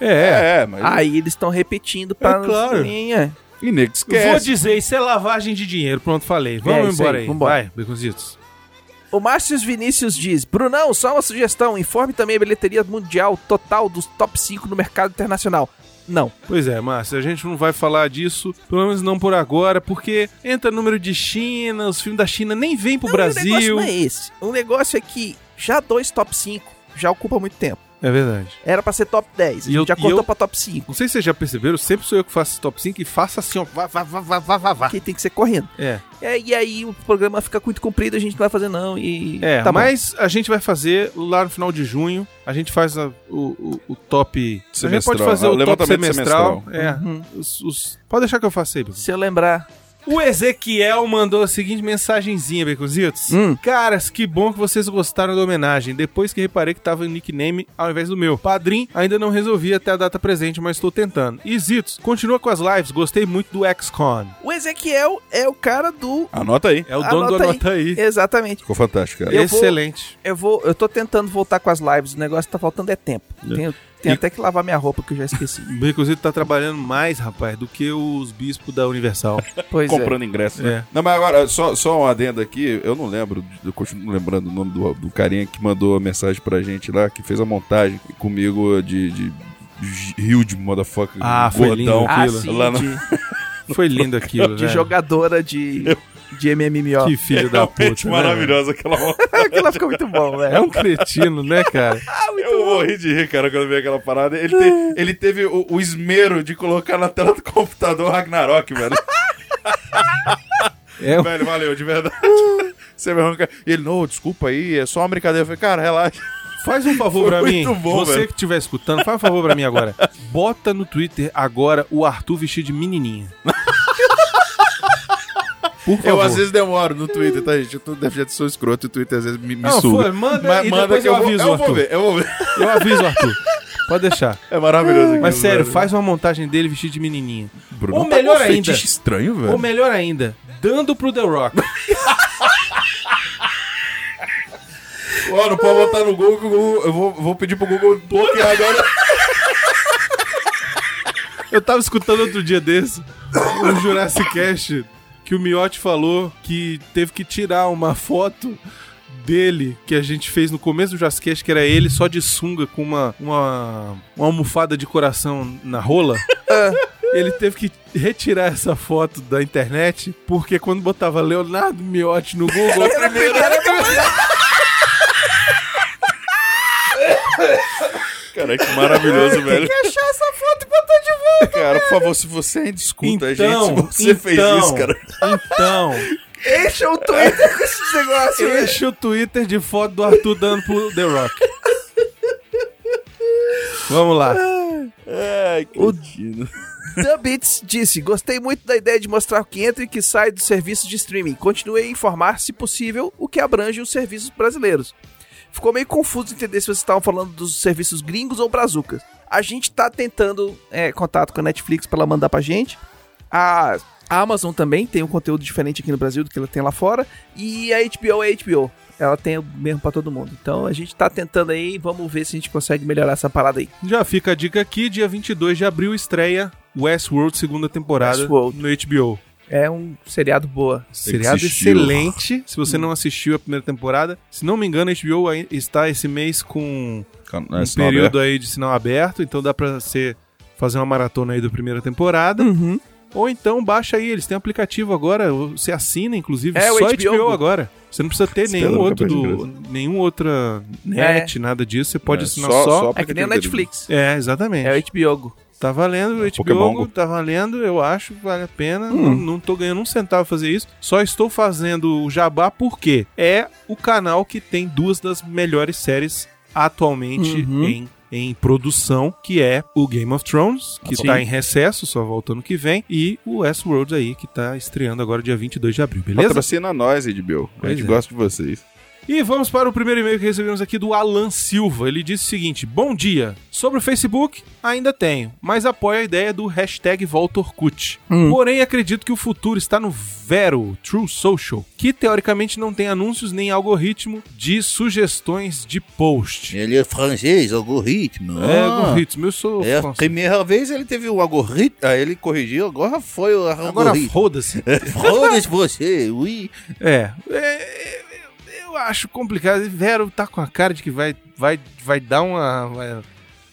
Speaker 2: É,
Speaker 4: É, mas.
Speaker 3: Aí eles estão repetindo pra.
Speaker 2: É claro.
Speaker 3: É.
Speaker 4: E
Speaker 2: Eu vou
Speaker 4: nego esquece.
Speaker 2: dizer, isso é lavagem de dinheiro. Pronto, falei. Vamos
Speaker 3: isso
Speaker 2: embora
Speaker 3: aí,
Speaker 2: aí.
Speaker 3: vambora.
Speaker 2: Vai, Beconzitos.
Speaker 3: O Márcio Vinícius diz: Brunão, só uma sugestão. Informe também a bilheteria mundial total dos top 5 no mercado internacional. Não.
Speaker 2: Pois é, Márcio, a gente não vai falar disso, pelo menos não por agora, porque entra número de China, os filmes da China nem vêm pro
Speaker 3: O negócio
Speaker 2: Brasil.
Speaker 3: não é esse. O negócio é que já dois top 5 já ocupa muito tempo.
Speaker 2: É verdade.
Speaker 3: Era pra ser top 10. A
Speaker 2: E
Speaker 3: gente
Speaker 2: eu-
Speaker 3: já
Speaker 2: e
Speaker 3: cortou
Speaker 2: eu-
Speaker 3: pra top 5.
Speaker 2: Não sei se vocês já perceberam, sempre sou eu que faço esse top 5 e faço assim, ó. Vá, vá, vá, vá, vá, vá, vá.
Speaker 3: Que tem que ser correndo.
Speaker 2: É.
Speaker 3: É, e aí o programa fica muito comprido, a gente não vai fazer não. E
Speaker 2: É,
Speaker 3: tá bom.
Speaker 2: mas a gente vai fazer lá no final de junho. A gente faz a- o, o- o top. A gente
Speaker 4: Semestral,
Speaker 2: pode fazer
Speaker 4: ah, o
Speaker 2: o top
Speaker 4: levantamento
Speaker 2: semestral.
Speaker 3: Uhum.
Speaker 2: É. Os, os- Pode deixar que eu faça aí, Bico.
Speaker 3: Se eu lembrar.
Speaker 2: O Ezequiel mandou a seguinte mensagenzinha, Beconzitos.
Speaker 3: Hum.
Speaker 2: Caras, que bom que vocês gostaram da homenagem. Depois que reparei que tava o nickname ao invés do meu. Padrim, ainda não resolvi até a data presente, mas estou tentando. E Zitos, continua com as lives. Gostei muito do XCon.
Speaker 3: O Ezequiel é o cara do.
Speaker 4: Anota aí.
Speaker 2: É o dono do
Speaker 3: Anota aí.
Speaker 2: Anota aí.
Speaker 3: Exatamente.
Speaker 4: Ficou fantástico, cara.
Speaker 3: Eu vou-
Speaker 2: Excelente.
Speaker 3: Eu vou. Eu tô tentando voltar com as lives. O negócio que tá faltando é tempo. Tenho, tenho
Speaker 2: E-
Speaker 3: até que lavar minha roupa que eu já esqueci.
Speaker 2: O Becozito tá trabalhando mais, rapaz, do que os bispos da Universal.
Speaker 3: Pois é.
Speaker 4: Comprando ingresso. né? Não, mas agora, só, só um adendo aqui, eu não lembro, eu continuo lembrando o nome do, do carinha que mandou a mensagem pra gente lá, que fez a montagem comigo de. de Rio de motherfucker.
Speaker 2: Ah, foi lindo.
Speaker 3: Ah,
Speaker 2: Aquilo,
Speaker 3: sim,
Speaker 4: lá no-
Speaker 3: de,
Speaker 2: Foi lindo aquilo,
Speaker 3: de
Speaker 2: velho.
Speaker 3: jogadora de, de MMO.
Speaker 2: É. Que filho da puta.
Speaker 4: Realmente
Speaker 2: né,
Speaker 4: É maravilhosa aquela montagem.
Speaker 3: Aquilo ficou muito bom,
Speaker 2: velho? É
Speaker 3: velho.
Speaker 2: um cretino, né, cara?
Speaker 4: Eu morri de rir, cara, quando eu vi aquela parada. Ele,
Speaker 2: É.
Speaker 4: te- ele teve o, o esmero de colocar na tela do computador Ragnarok, velho.
Speaker 2: É um-
Speaker 4: velho, valeu, de verdade. Você me arranca. E ele, não, desculpa aí, é só uma brincadeira. Eu falei, cara, relaxa.
Speaker 2: Faz um favor
Speaker 4: Foi
Speaker 2: pra mim.
Speaker 4: muito bom,
Speaker 2: Você
Speaker 4: velho.
Speaker 2: que estiver escutando, faz um favor pra mim agora. Bota no Twitter agora o Arthur vestido de menininha. Por um favor.
Speaker 4: Eu às vezes demoro no Twitter, tá, gente? Eu tô deve já sou escroto e o Twitter às vezes me, me
Speaker 2: Não,
Speaker 4: suga.
Speaker 2: foi, manda
Speaker 4: Mas
Speaker 2: e depois eu
Speaker 4: vou-
Speaker 2: aviso,
Speaker 4: Eu vou
Speaker 2: Arthur.
Speaker 4: ver, eu vou ver.
Speaker 2: Eu aviso, Arthur. Pode deixar.
Speaker 4: É maravilhoso aquilo,
Speaker 2: Mas sério,
Speaker 4: velho.
Speaker 2: faz uma montagem dele vestido de menininha.
Speaker 4: Bruno,
Speaker 2: ou
Speaker 4: tá com
Speaker 2: melhor
Speaker 4: um
Speaker 2: ainda.
Speaker 4: fetiche estranho, velho.
Speaker 2: Ou melhor ainda, dando pro The Rock.
Speaker 4: Ó, não pode botar no Google, que o Google- eu vou, vou pedir pro Google bloquear agora.
Speaker 2: Eu tava escutando outro dia desse, no Jurassic Cast, que o Miotti falou que teve que tirar uma foto dele que a gente fez no começo do Jurassic Cast, que era ele só de sunga com uma, uma, uma almofada de coração na rola. Ele teve que retirar essa foto da internet, porque quando botava Leonardo Miotti no Google, a primeira
Speaker 4: Cara, que maravilhoso, velho.
Speaker 3: achar essa foto e botar de volta.
Speaker 4: Cara, por favor, se você ainda escuta a gente, se
Speaker 2: Então,
Speaker 4: você fez
Speaker 2: então.
Speaker 4: isso, cara.
Speaker 2: Então,
Speaker 3: Encha o Twitter com esses negócios. né?
Speaker 2: enche o Twitter de foto do Arthur dando pro The Rock. Vamos lá.
Speaker 4: Ai, que cretino.
Speaker 3: Dubits disse: Gostei muito da ideia de mostrar o que entra e que sai dos serviços de streaming. Continuei a informar, se possível, o que abrange os serviços brasileiros. Ficou meio confuso entender se vocês estavam falando dos serviços gringos ou brazucas. A gente tá tentando é, contato com a Netflix pra ela mandar pra gente. A a Amazon também tem um conteúdo diferente aqui no Brasil do que ela tem lá fora. E a HBO é a HBO. Ela tem o mesmo pra todo mundo. Então a gente tá tentando aí, vamos ver se a gente consegue melhorar essa parada aí.
Speaker 2: Já fica a dica aqui, dia 22 de abril estreia Westworld segunda temporada
Speaker 3: Westworld.
Speaker 2: no HBO.
Speaker 3: É um seriado boa.
Speaker 2: Seriado
Speaker 4: assistir.
Speaker 2: excelente. Se você não assistiu a primeira temporada, se não me engano, a HBO aí está esse mês com um
Speaker 4: é
Speaker 2: período aí de sinal aberto, então dá pra você fazer uma maratona aí da primeira temporada.
Speaker 3: Uhum.
Speaker 2: Ou então baixa aí, eles têm aplicativo agora, você assina inclusive
Speaker 3: É, o
Speaker 2: só
Speaker 3: HBO
Speaker 2: HBO agora. Você não precisa ter
Speaker 4: Esperando
Speaker 2: nenhum
Speaker 4: que
Speaker 2: outro
Speaker 4: apareça
Speaker 2: do, nenhum outra net, nada disso, você pode
Speaker 4: É,
Speaker 2: assinar
Speaker 4: só-
Speaker 2: só,
Speaker 4: só
Speaker 3: É que nem a Netflix.
Speaker 2: É, exatamente.
Speaker 3: É o HBO.
Speaker 2: Tá valendo, o HBO,
Speaker 4: Pokémon Go.
Speaker 2: tá valendo, eu acho, vale a pena. Não, não tô ganhando um centavo fazer isso. Só estou fazendo o jabá porque é o canal que tem duas das melhores séries atualmente
Speaker 3: Uhum.
Speaker 2: em, em produção, que é o Game of Thrones, que
Speaker 4: Sim.
Speaker 2: tá em recesso, só volta ano que vem, e o Westworld aí, que tá estreando agora dia 22 de abril, beleza?
Speaker 4: Patrocina nós, Edbel. A
Speaker 2: Pois
Speaker 4: gente
Speaker 2: é.
Speaker 4: gosta de vocês.
Speaker 2: E vamos para o primeiro e-mail que recebemos aqui do Alan Silva. Ele disse o seguinte: Bom dia. Sobre o Facebook, ainda tenho, mas apoio a ideia do hashtag Volta Orkut.
Speaker 3: Hum.
Speaker 2: Porém, acredito que o futuro está no Vero, True Social, que teoricamente não tem anúncios nem algoritmo de sugestões de post.
Speaker 5: Ele é francês, algoritmo.
Speaker 2: É,
Speaker 5: Ah,
Speaker 2: algoritmo, eu sou.
Speaker 5: É a
Speaker 2: fã.
Speaker 5: primeira vez ele teve o algoritmo. Aí ele corrigiu, agora foi o
Speaker 2: Agora
Speaker 5: algoritmo.
Speaker 2: foda-se.
Speaker 5: Foda-se você, ui.
Speaker 2: É. é, é, Eu acho complicado. Vero tá com a cara de que vai, vai, vai dar uma. Vai,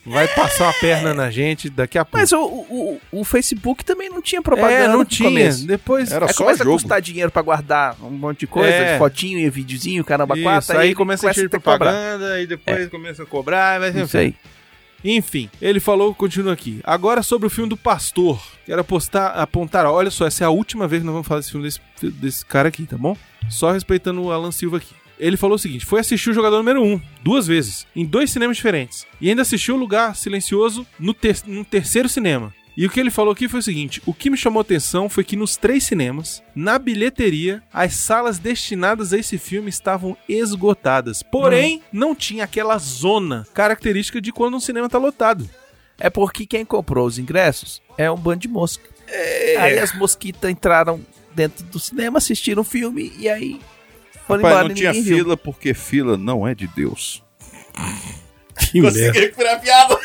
Speaker 2: vai passar uma perna na gente daqui a pouco.
Speaker 3: Mas o, o, o- o Facebook também não tinha propaganda.
Speaker 2: É, não
Speaker 3: no
Speaker 2: tinha.
Speaker 3: Começo.
Speaker 2: Depois.
Speaker 4: Era
Speaker 3: aí
Speaker 4: só
Speaker 3: começa
Speaker 4: jogo.
Speaker 3: a custar dinheiro pra guardar um monte de coisa,
Speaker 2: É.
Speaker 3: de fotinho e videozinho, caramba,
Speaker 2: Isso,
Speaker 3: quatro.
Speaker 2: aí, começa a encher
Speaker 3: ter que cobrar. É.
Speaker 2: propaganda, e depois começa a cobrar, vai ser
Speaker 3: Isso aí.
Speaker 2: Enfim, ele falou, continua aqui. Agora sobre o filme do Pastor. Quero apostar, apontar, olha só, essa é a última vez que nós vamos falar desse filme desse, desse cara aqui, tá bom? Só respeitando o Alan Silva aqui. Ele falou o seguinte: foi assistir o jogador número 1, duas vezes, em dois cinemas diferentes. E ainda assistiu o Lugar Silencioso no, ter- no terceiro cinema. E o que ele falou aqui foi o seguinte: o que me chamou atenção foi que nos três cinemas, na bilheteria, as salas destinadas a esse filme estavam esgotadas. Porém, não tinha aquela zona característica de quando um cinema tá lotado.
Speaker 3: É porque quem comprou os ingressos é um bando de mosca.
Speaker 4: É.
Speaker 3: Aí as mosquitas entraram dentro do cinema, assistiram o filme e aí foram
Speaker 4: Pai,
Speaker 3: embora
Speaker 4: não
Speaker 3: e
Speaker 4: tinha
Speaker 3: ninguém viu.
Speaker 4: fila porque fila não é de Deus.
Speaker 2: Que merda.
Speaker 5: recuperar a piada.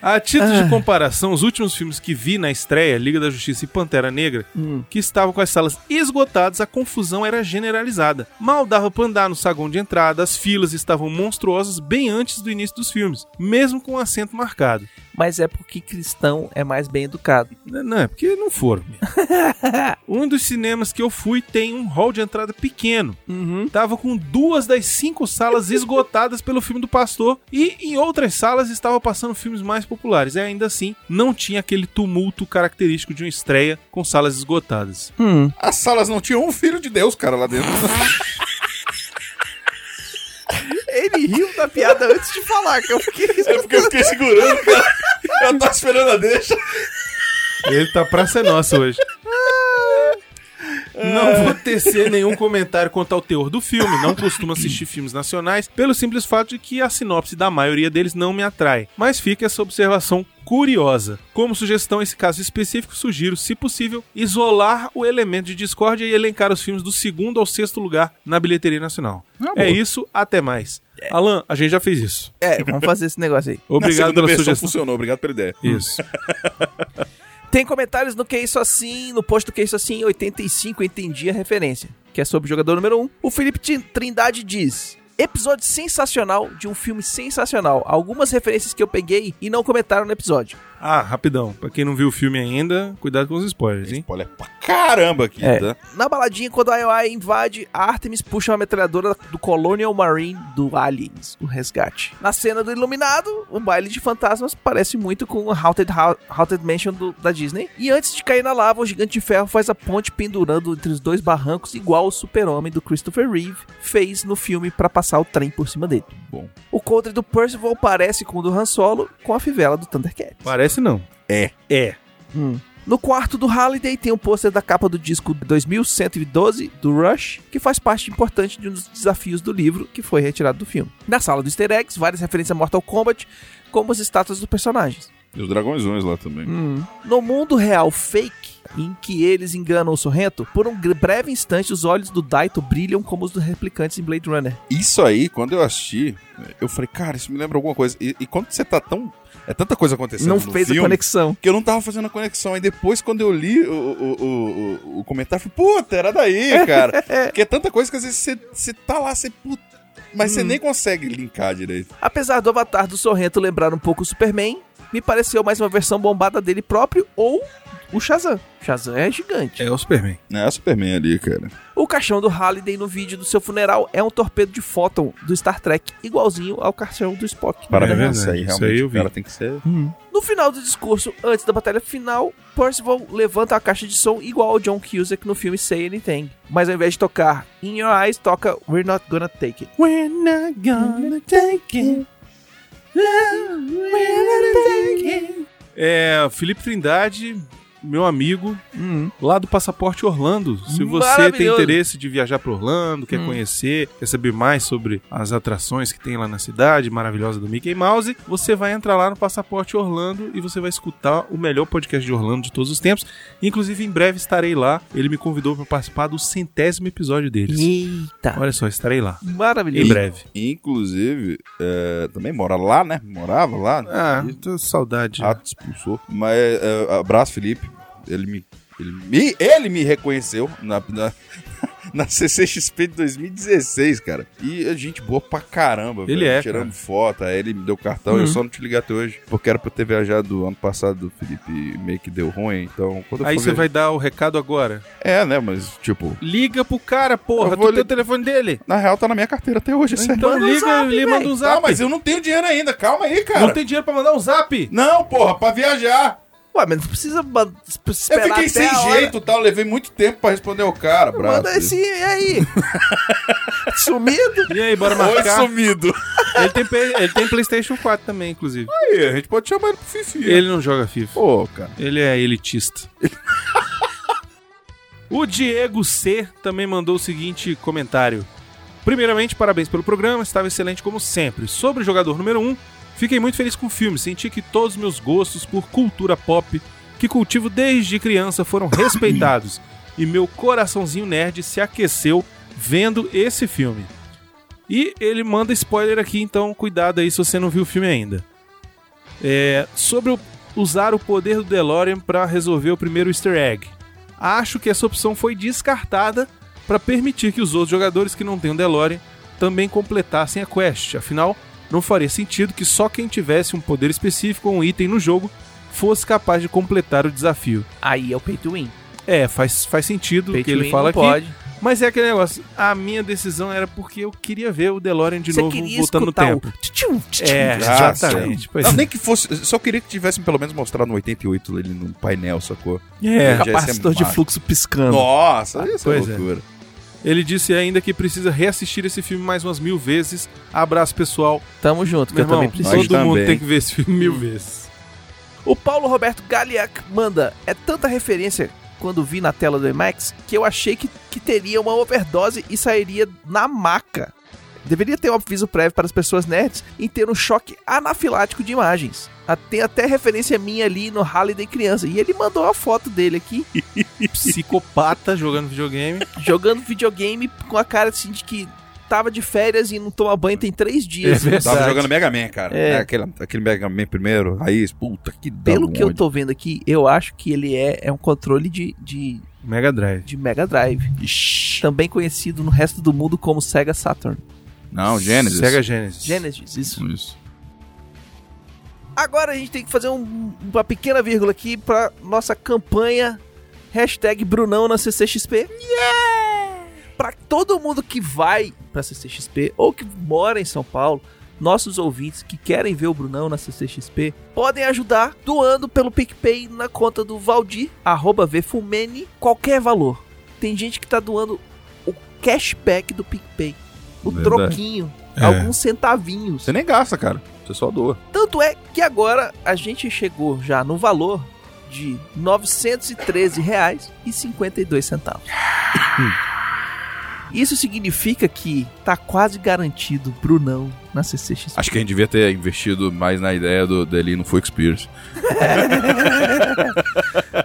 Speaker 2: A título de comparação, os últimos filmes que vi na estreia, Liga da Justiça e Pantera Negra,
Speaker 3: Hum.
Speaker 2: que estavam com as salas esgotadas, a confusão era generalizada. Mal dava pra andar no saguão de entrada, as filas estavam monstruosas bem antes do início dos filmes, mesmo com o assento marcado.
Speaker 3: Mas é porque cristão é mais bem educado.
Speaker 2: Não, não, é porque não foram. mesmo. um dos cinemas que eu fui tem um hall de entrada pequeno. Tava com duas das cinco salas esgotadas pelo filme do Pastor e em outras salas estava passando filmes mais populares. E ainda assim, não tinha aquele tumulto característico de uma estreia com salas esgotadas.
Speaker 4: As salas não tinham um filho de Deus, cara, lá dentro.
Speaker 3: Ele riu da piada antes de falar, que eu fiquei.
Speaker 4: É porque eu fiquei segurando, cara. Eu tava esperando a deixa.
Speaker 2: Ele tá pra ser nosso hoje. Não vou tecer nenhum comentário quanto ao teor do filme, não costumo assistir filmes nacionais, pelo simples fato de que a sinopse da maioria deles não me atrai. Mas fica essa observação curiosa. Como sugestão, esse caso específico, sugiro, se possível, isolar o elemento de discórdia e elencar os filmes do segundo ao sexto lugar na bilheteria nacional.
Speaker 4: Ah,
Speaker 2: é isso, até mais. Alan, a gente já fez isso.
Speaker 3: É, vamos fazer esse negócio aí.
Speaker 4: Na
Speaker 2: Obrigado
Speaker 4: segunda
Speaker 2: pela
Speaker 4: versão
Speaker 2: sugestão.
Speaker 4: funcionou, obrigado pela ideia.
Speaker 2: Isso.
Speaker 3: Tem comentários no Que Isso Assim, no post do Que Isso Assim 85, entendi a referência, que é sobre o jogador número 1. O Felipe Tin- Trindade diz... Episódio sensacional de um filme sensacional. Algumas referências que eu peguei e não comentaram no episódio.
Speaker 2: Ah, rapidão. Pra quem não viu o filme ainda, cuidado com os spoilers, hein?
Speaker 4: Olha Hum, pra caramba aqui,
Speaker 3: É.
Speaker 4: tá?
Speaker 3: Na baladinha, quando a IOI invade, a Artemis puxa uma metralhadora do Colonial Marine do Aliens, o resgate. Na cena do Iluminado, o baile de fantasmas parece muito com o Haunted, Hou- Haunted Mansion do- da Disney. E antes de cair na lava, o Gigante de Ferro faz a ponte pendurando entre os dois barrancos, igual o super-homem do Christopher Reeve fez no filme pra passar o trem por cima dele.
Speaker 4: Bom.
Speaker 3: O coldre do Percival parece com o do Han Solo, com a fivela do Thundercat.
Speaker 2: Parece não.
Speaker 4: É.
Speaker 2: É.
Speaker 3: Hum. No quarto do Halliday tem um pôster da capa do disco 2112 do Rush, que faz parte importante de um dos desafios do livro que foi retirado do filme. Na sala do Easter eggs, várias referências a Mortal Kombat, como as estátuas dos personagens.
Speaker 4: E os dragõezões lá também.
Speaker 3: No mundo real fake, em que eles enganam o Sorrento, por um gr- breve instante os olhos do Daito brilham como os dos replicantes em Blade Runner.
Speaker 4: Isso aí, quando eu assisti, eu falei, cara, isso me lembra alguma coisa. E, e quando você tá tão. É tanta coisa acontecendo.
Speaker 3: Não
Speaker 4: no
Speaker 3: fez a
Speaker 4: filme,
Speaker 3: conexão.
Speaker 4: Que eu não tava fazendo a conexão. Aí depois, quando eu li o, o, o, o- o comentário, eu falei, puta, era daí, cara. Porque é tanta coisa que às vezes você, você tá lá, você. Puta, mas
Speaker 2: Hum.
Speaker 4: você nem consegue linkar direito.
Speaker 3: Apesar do avatar do Sorrento lembrar um pouco o Superman, me pareceu mais uma versão bombada dele próprio ou o Shazam. Shazam é gigante.
Speaker 2: É o Superman.
Speaker 4: É, o Superman ali, cara.
Speaker 2: É
Speaker 3: O caixão do Halliday no vídeo do seu funeral é um torpedo de fóton do Star Trek, igualzinho ao caixão do Spock.
Speaker 4: Parabéns,
Speaker 2: verdade,
Speaker 4: isso aí,
Speaker 2: isso
Speaker 4: realmente.
Speaker 2: aí eu
Speaker 4: o cara
Speaker 2: vi.
Speaker 4: tem que ser.
Speaker 3: No final do discurso, antes da batalha final, Percival levanta a caixa de som igual ao John Cusack no filme Say Anything. Mas ao invés de tocar In Your Eyes, toca We're Not Gonna Take It.
Speaker 1: We're not gonna take it.
Speaker 2: É, Felipe Trindade, meu amigo,
Speaker 4: Hum.
Speaker 2: lá do Passaporte Orlando. Se você tem
Speaker 3: Maravilhoso.
Speaker 2: interesse de viajar para Orlando, quer conhecer, quer saber mais sobre as atrações que tem lá na cidade maravilhosa do Mickey Mouse, você vai entrar lá no Passaporte Orlando e você vai escutar o melhor podcast de Orlando de todos os tempos. Inclusive, em breve estarei lá. Ele me convidou para participar do centésimo episódio deles.
Speaker 3: Eita!
Speaker 2: Olha só, estarei lá. Em
Speaker 3: Maravilhoso.
Speaker 2: breve.
Speaker 4: Inclusive, é, também mora lá, né? Morava lá.
Speaker 2: Ah,
Speaker 4: E-
Speaker 2: tô saudade.
Speaker 4: Rato te expulsou. Mas é, abraço, Felipe. Ele me. Ele me, ele me reconheceu na, na, na CCXP de 2016, cara. E é gente boa pra caramba,
Speaker 2: Ele
Speaker 4: velho.
Speaker 2: é, Uhum.
Speaker 4: Tirando foto, aí ele me deu cartão. Eu só não te liguei até hoje, porque era pra eu ter viajado ano passado, Felipe. e Meio que deu ruim, então... Quando eu
Speaker 2: Aí
Speaker 4: for
Speaker 2: você
Speaker 4: ver-
Speaker 2: vai dar o recado agora.
Speaker 4: É, né, mas tipo...
Speaker 2: Liga pro cara, porra.
Speaker 4: Eu vou
Speaker 2: Tu tem
Speaker 4: li-
Speaker 2: o telefone dele?
Speaker 4: Na real, tá na minha carteira até hoje, sério.
Speaker 2: Então
Speaker 3: Manda um
Speaker 2: liga,
Speaker 3: zap,
Speaker 2: ele
Speaker 3: véi.
Speaker 2: manda um
Speaker 4: Ah,
Speaker 2: zap.
Speaker 4: mas eu não tenho dinheiro ainda. Calma aí, cara.
Speaker 2: Não tem dinheiro pra mandar um zap.
Speaker 4: Não, porra, pra viajar.
Speaker 3: Ué, mas não precisa ba-
Speaker 4: Eu
Speaker 3: esperar
Speaker 4: fiquei
Speaker 3: até
Speaker 4: sem
Speaker 3: a hora.
Speaker 4: jeito e tal, levei muito tempo pra responder o cara, bravo.
Speaker 3: Manda esse, e aí? Sumido?
Speaker 2: E aí, bora
Speaker 4: Oi,
Speaker 2: marcar?
Speaker 4: sumido.
Speaker 2: Ele tem, P- ele tem Playstation 4 também, inclusive.
Speaker 4: Aí, a gente pode chamar ele pro Fifi.
Speaker 2: Ele não joga FIFA.
Speaker 4: Pô, cara.
Speaker 2: Ele é elitista. o Diego C também mandou o seguinte comentário. Primeiramente, parabéns pelo programa, estava excelente como sempre. Sobre o jogador número 1, fiquei muito feliz com o filme, senti que todos os meus gostos por cultura pop que cultivo desde criança foram respeitados e meu coraçãozinho nerd se aqueceu vendo esse filme. E ele manda spoiler aqui, então cuidado aí se você não viu o filme ainda. É, sobre o usar o poder do DeLorean para resolver o primeiro easter egg. Acho que essa opção foi descartada para permitir que os outros jogadores que não têm o DeLorean também completassem a quest. Afinal, não faria sentido que só quem tivesse um poder específico ou um item no jogo fosse capaz de completar o desafio.
Speaker 3: Aí é o pay to win.
Speaker 2: É, faz, faz sentido o
Speaker 3: Pay
Speaker 2: que
Speaker 3: to
Speaker 2: ele
Speaker 3: win
Speaker 2: fala
Speaker 3: não
Speaker 2: aqui.
Speaker 3: pode.
Speaker 2: Mas é aquele negócio. A minha decisão era porque eu queria ver o DeLorean de
Speaker 3: Você
Speaker 2: novo
Speaker 3: queria
Speaker 2: voltando no
Speaker 3: escutar o
Speaker 2: tempo.
Speaker 3: tchum, tchum,
Speaker 2: É,
Speaker 3: tchum.
Speaker 4: Ah,
Speaker 2: exatamente. Pois
Speaker 4: Não,
Speaker 2: é.
Speaker 4: nem que fosse. Só queria que tivessem pelo menos mostrado um no 88 ele no painel, sacou?
Speaker 2: É.
Speaker 4: Já ia ser
Speaker 3: capacitor de
Speaker 4: massa.
Speaker 3: fluxo piscando.
Speaker 4: Nossa, isso é
Speaker 2: Pois é.
Speaker 4: loucura.
Speaker 2: Ele disse ainda que precisa reassistir esse filme mais umas mil vezes. Abraço, pessoal.
Speaker 3: Tamo junto, que
Speaker 2: Meu
Speaker 3: eu também
Speaker 2: irmão,
Speaker 3: preciso.
Speaker 4: Nós
Speaker 2: todo mundo
Speaker 4: também.
Speaker 2: tem que ver esse filme mil vezes.
Speaker 3: O Paulo Roberto Galiac manda: é tanta referência quando vi na tela do IMAX que eu achei que, que teria uma overdose e sairia na maca. Deveria ter um aviso prévio para as pessoas nerds em ter um choque anafilático de imagens. Ah, Tem até referência minha ali no Holiday Criança. E ele mandou a foto dele aqui,
Speaker 2: Psicopata jogando videogame.
Speaker 3: jogando videogame com a cara assim de que tava de férias e não toma banho tem três
Speaker 2: É
Speaker 3: dias.
Speaker 2: verdade.
Speaker 4: Tava jogando Mega Man, cara.
Speaker 3: É.
Speaker 4: É. aquele, aquele Mega Man primeiro, raiz, puta que dá um
Speaker 3: Pelo que eu
Speaker 4: onde.
Speaker 3: tô vendo aqui, eu acho que ele é, é um controle de, de,
Speaker 2: Mega Drive.
Speaker 3: de Mega Drive. Também conhecido no resto do mundo como Sega Saturn.
Speaker 4: Não, Genesis.
Speaker 2: Sega Genesis.
Speaker 3: Genesis, isso.
Speaker 4: Isso.
Speaker 3: Agora a gente tem que fazer um- uma pequena vírgula aqui pra nossa campanha hashtag Brunão na CCXP. Pra todo mundo que vai pra CCXP ou que mora em São Paulo, nossos ouvintes que querem ver o Brunão na CCXP podem ajudar doando pelo PicPay na conta do Valdir, arroba VFumene, qualquer valor. Tem gente que tá doando o cashback do PicPay, o
Speaker 4: Verdade.
Speaker 3: troquinho,
Speaker 2: É.
Speaker 3: alguns centavinhos.
Speaker 4: Você nem gasta, cara. Você só doa.
Speaker 3: Tanto é que agora a gente chegou já no valor de R$ 913,52.
Speaker 4: Hum.
Speaker 3: Isso significa que tá quase garantido Brunão na CCXP.
Speaker 4: Acho que a gente devia ter investido mais na ideia do, dele no Full Experience.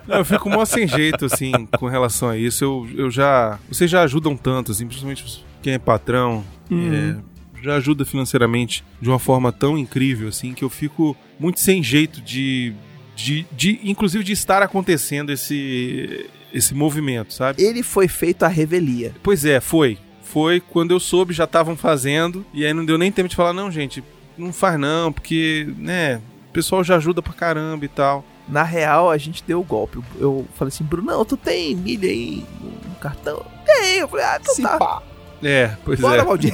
Speaker 2: Não, eu fico mó sem jeito, assim, com relação a isso. Eu, eu já. Vocês já ajudam tanto, assim, principalmente quem é patrão. é, já ajuda financeiramente de uma forma tão incrível, assim, que eu fico muito sem jeito de. de, de inclusive de estar acontecendo esse. esse movimento, sabe?
Speaker 3: Ele foi feito à revelia.
Speaker 2: Pois é, foi. Foi quando eu soube, já estavam fazendo. E aí não deu nem tempo de falar, não, gente, não faz não, porque, né, o pessoal já ajuda pra caramba e tal.
Speaker 3: Na real, a gente deu o golpe. Eu falei assim, Brunão, tu tem milha aí no cartão? Tem. Eu falei, ah, então tá.
Speaker 2: É, pois
Speaker 3: Bora, Valdir.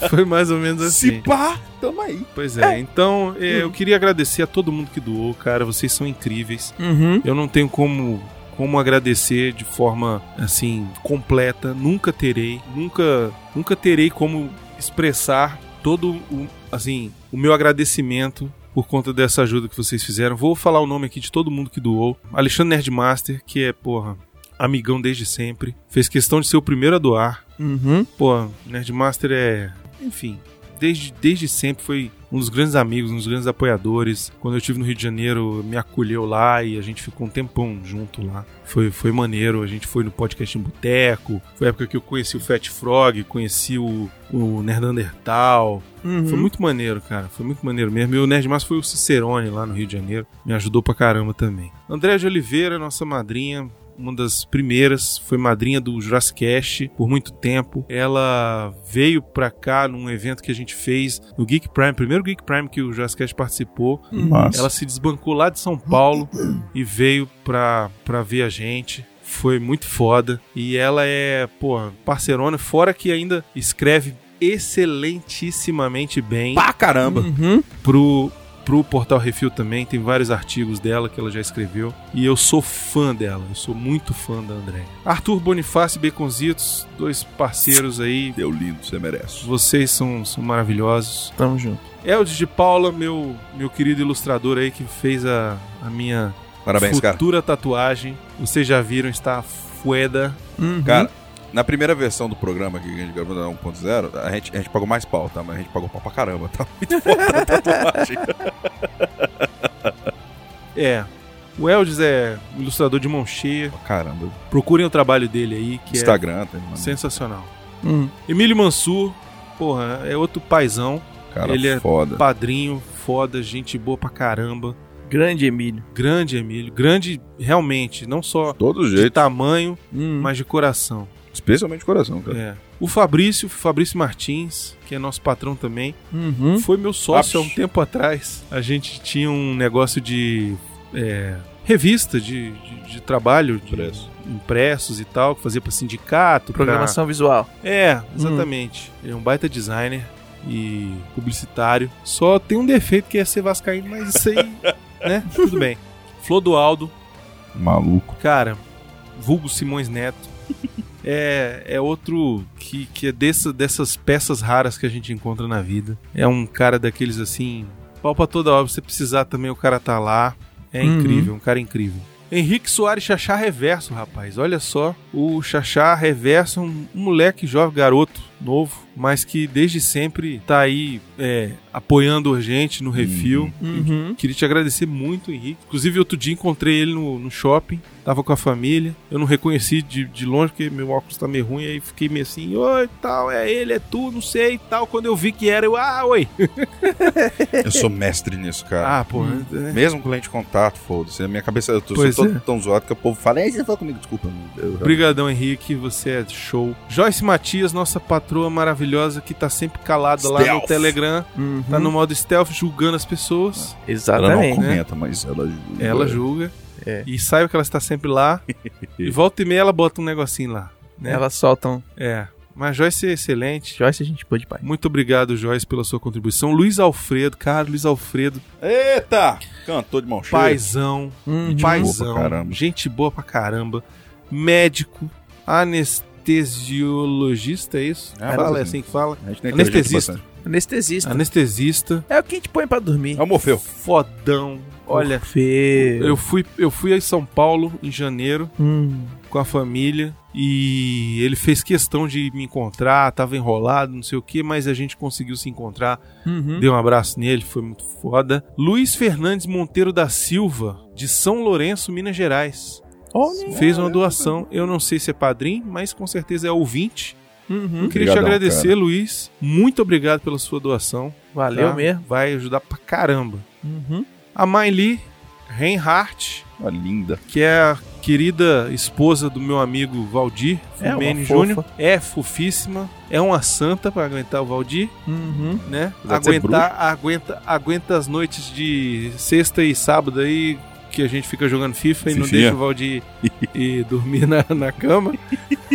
Speaker 2: é. Foi mais ou menos assim.
Speaker 4: pá, tamo aí.
Speaker 2: Pois é. Então, é, eu queria agradecer a todo mundo que doou, cara. Vocês são incríveis.
Speaker 3: Uhum.
Speaker 2: Eu não tenho como como agradecer de forma assim completa, nunca terei, nunca nunca terei como expressar todo o assim, o meu agradecimento por conta dessa ajuda que vocês fizeram. Vou falar o nome aqui de todo mundo que doou. Alexandre Nerdmaster, que é, porra, amigão desde sempre, fez questão de ser o primeiro a doar.
Speaker 3: Uhum.
Speaker 2: Pô, Nerdmaster é. Enfim, desde, desde sempre foi um dos grandes amigos, um dos grandes apoiadores. Quando eu estive no Rio de Janeiro, me acolheu lá e a gente ficou um tempão junto lá. Foi, foi maneiro, a gente foi no podcast em Boteco. Foi a época que eu conheci o Fat Frog, conheci o, o Nerdandertal.
Speaker 3: Uhum.
Speaker 2: Foi muito maneiro, cara. Foi muito maneiro mesmo. E o Nerd Mais foi o Cicerone lá no Rio de Janeiro. Me ajudou pra caramba também. Andréa de Oliveira, nossa madrinha. Uma das primeiras, foi madrinha do Jurassic Cast por muito tempo. Ela veio pra cá num evento que a gente fez no Geek Prime, primeiro Geek Prime que o Jurassic Cast participou.
Speaker 3: uhum,
Speaker 4: Massa.
Speaker 2: Hum. Ela se desbancou lá de São Paulo e veio pra, pra ver a gente. Foi muito foda. E ela é, porra, parceirona, fora que ainda escreve excelentissimamente bem
Speaker 4: Pá, caramba.
Speaker 3: Uhum.
Speaker 2: pro, pro Portal Refil também. Tem vários artigos dela que ela já escreveu. E eu sou fã dela. Eu sou muito fã da André. Arthur Bonifácio e Beconzitos, dois parceiros aí.
Speaker 4: Deu lindo, você merece.
Speaker 2: Vocês são, são maravilhosos.
Speaker 3: Tamo junto.
Speaker 2: Eldes de Paula, meu, meu querido ilustrador aí que fez a, a minha
Speaker 4: Parabéns, cara.
Speaker 2: futura tatuagem. Vocês já viram, está fueda.
Speaker 3: Uhum.
Speaker 4: Cara, na primeira versão do programa que a gente gravou na 1.0, a gente, a gente pagou mais pau, tá? Mas a gente pagou pau pra caramba, tá?
Speaker 2: É. O Eldes é um ilustrador de mão cheia.
Speaker 4: Pra caramba.
Speaker 2: Procurem o trabalho dele aí, que
Speaker 4: Instagram, tá?
Speaker 2: é
Speaker 4: Mano,
Speaker 2: sensacional.
Speaker 3: Uhum.
Speaker 2: Emílio Mansur, porra, é outro paizão,
Speaker 4: cara,
Speaker 2: ele é-
Speaker 4: foda.
Speaker 2: padrinho, foda, gente boa pra caramba.
Speaker 3: Grande Emílio.
Speaker 2: Grande Emílio, grande realmente, não só
Speaker 4: Todo
Speaker 2: de
Speaker 4: jeito. Hum.
Speaker 2: tamanho,
Speaker 3: Uhum.
Speaker 2: mas de coração.
Speaker 4: Especialmente de coração, cara.
Speaker 2: É. O Fabrício, Fabrício Martins, que é nosso patrão também,
Speaker 3: Uhum.
Speaker 2: foi meu sócio há um
Speaker 4: Fabs.
Speaker 2: tempo atrás. A gente tinha um negócio de é, revista de, de- de trabalho, de
Speaker 4: Impresso.
Speaker 2: impressos e tal, que fazia pra sindicato, pra-
Speaker 3: Programação visual.
Speaker 2: É, exatamente. Ele é um baita designer e publicitário. Só tem um defeito que é ser vascaíno, mas isso aí, né? Tudo bem. Flor do Aldo, É.
Speaker 4: Maluco.
Speaker 2: cara, vulgo Simões Neto. É, é outro que, que é dessa- dessas peças raras que a gente encontra na vida. É um cara daqueles assim, pau pra toda obra, se você precisar também o cara tá lá. É
Speaker 3: Uhum.
Speaker 2: incrível, um cara incrível. Henrique Soares Xaxá Reverso, rapaz. Olha só, o Xaxá Reverso é um moleque jovem, garoto, novo, mas que desde sempre tá aí é, apoiando a gente no refil.
Speaker 3: Uhum.
Speaker 2: Queria te agradecer muito, Henrique. Inclusive, outro dia encontrei ele no, no shopping, tava com a família. Eu não reconheci de, de longe, porque meu óculos tá meio ruim, aí fiquei meio assim, oi, tal, é ele, é tu, não sei, tal. Quando eu vi que era, eu, ah, oi.
Speaker 4: Eu sou mestre nisso, cara.
Speaker 2: Ah, pô,
Speaker 3: Hum.
Speaker 2: é-
Speaker 4: Mesmo com lente de contato, foda-se. Na minha cabeça, eu tô,
Speaker 2: Pois
Speaker 4: sou
Speaker 2: é.
Speaker 4: todo tão zoado que o povo fala, é, você falou comigo, desculpa. Eu,
Speaker 2: Obrigadão, Henrique. Você é show. Joyce Matias, nossa patroa maravilhosa que tá sempre calada lá no
Speaker 4: Stealth.
Speaker 2: Telegram.
Speaker 3: Uhum.
Speaker 2: Tá no modo stealth, julgando as pessoas.
Speaker 3: Ah,
Speaker 4: ela não
Speaker 3: Exatamente.
Speaker 2: né?
Speaker 4: comenta, mas ela julga.
Speaker 2: Ela julga.
Speaker 3: É.
Speaker 2: E saiba que ela está sempre lá. e volta e meia ela bota um negocinho lá. né?
Speaker 3: Elas soltam.
Speaker 2: É. Mas Joyce é excelente.
Speaker 3: Joyce, a gente pôde pai.
Speaker 2: Muito obrigado, Joyce, pela sua contribuição. Luiz Alfredo, cara, Luiz Alfredo,
Speaker 4: Eita! Cantou de mão cheia.
Speaker 2: paizão,
Speaker 3: Uhum.
Speaker 2: paizão,
Speaker 4: boa pra caramba.
Speaker 2: gente boa pra caramba, médico, anestesiologista, é isso?
Speaker 4: É,
Speaker 2: fala, é
Speaker 4: mas-
Speaker 2: assim que fala.
Speaker 4: A gente nem
Speaker 2: Anestesista.
Speaker 4: tem jeito
Speaker 3: Anestesista.
Speaker 2: Anestesista,
Speaker 3: É o que a gente põe pra dormir.
Speaker 4: bastante. É o Morfeu.
Speaker 2: fodão. Olha,
Speaker 3: Feio.
Speaker 2: eu fui, eu fui a São Paulo em janeiro
Speaker 3: Hum.
Speaker 2: com a família e ele fez questão de me encontrar, tava enrolado, não sei o que, mas a gente conseguiu se encontrar.
Speaker 3: Uhum.
Speaker 2: Dei um abraço nele, foi muito foda. Luiz Fernandes Monteiro da Silva, de São Lourenço, Minas Gerais.
Speaker 3: Olha.
Speaker 2: Fez uma doação, eu não sei se é padrinho, mas com certeza é ouvinte.
Speaker 3: Uhum.
Speaker 2: Queria te
Speaker 4: Obrigadão,
Speaker 2: agradecer,
Speaker 4: cara.
Speaker 2: Luiz. Muito obrigado pela sua doação.
Speaker 3: Valeu
Speaker 2: tá?
Speaker 3: mesmo.
Speaker 2: Vai ajudar pra caramba.
Speaker 3: Uhum.
Speaker 2: A Miley Reinhardt,
Speaker 4: Ó, linda.
Speaker 2: que é a querida esposa do meu amigo Valdir
Speaker 3: É, uma
Speaker 2: Fumene
Speaker 3: fofa.
Speaker 2: Júnior. É fofíssima, é uma santa pra aguentar o Valdir,
Speaker 3: Uhum.
Speaker 2: né?
Speaker 4: Apesar de ser
Speaker 2: Aguentar, aguenta, aguenta as noites de sexta e sábado aí que a gente fica jogando FIFA e não
Speaker 4: Fifinha.
Speaker 2: deixa o Valdir ir dormir na, na cama.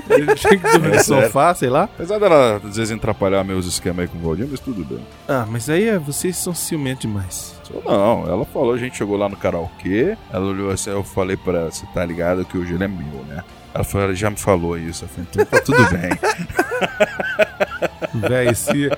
Speaker 2: Ele tem que dormir
Speaker 4: É,
Speaker 2: no sofá, sei lá.
Speaker 4: Apesar dela, às vezes, atrapalhar meus esquemas aí com o Valdir, mas tudo bem.
Speaker 2: Ah, mas aí é, vocês são ciumentos demais.
Speaker 4: Só Não, ela falou, a gente chegou lá no karaokê, ela olhou assim, eu falei pra ela, você tá ligado que hoje ele é meu, né? Ela falou, ela já me falou isso, eu falei, então tá tudo bem.
Speaker 2: Véi, esse,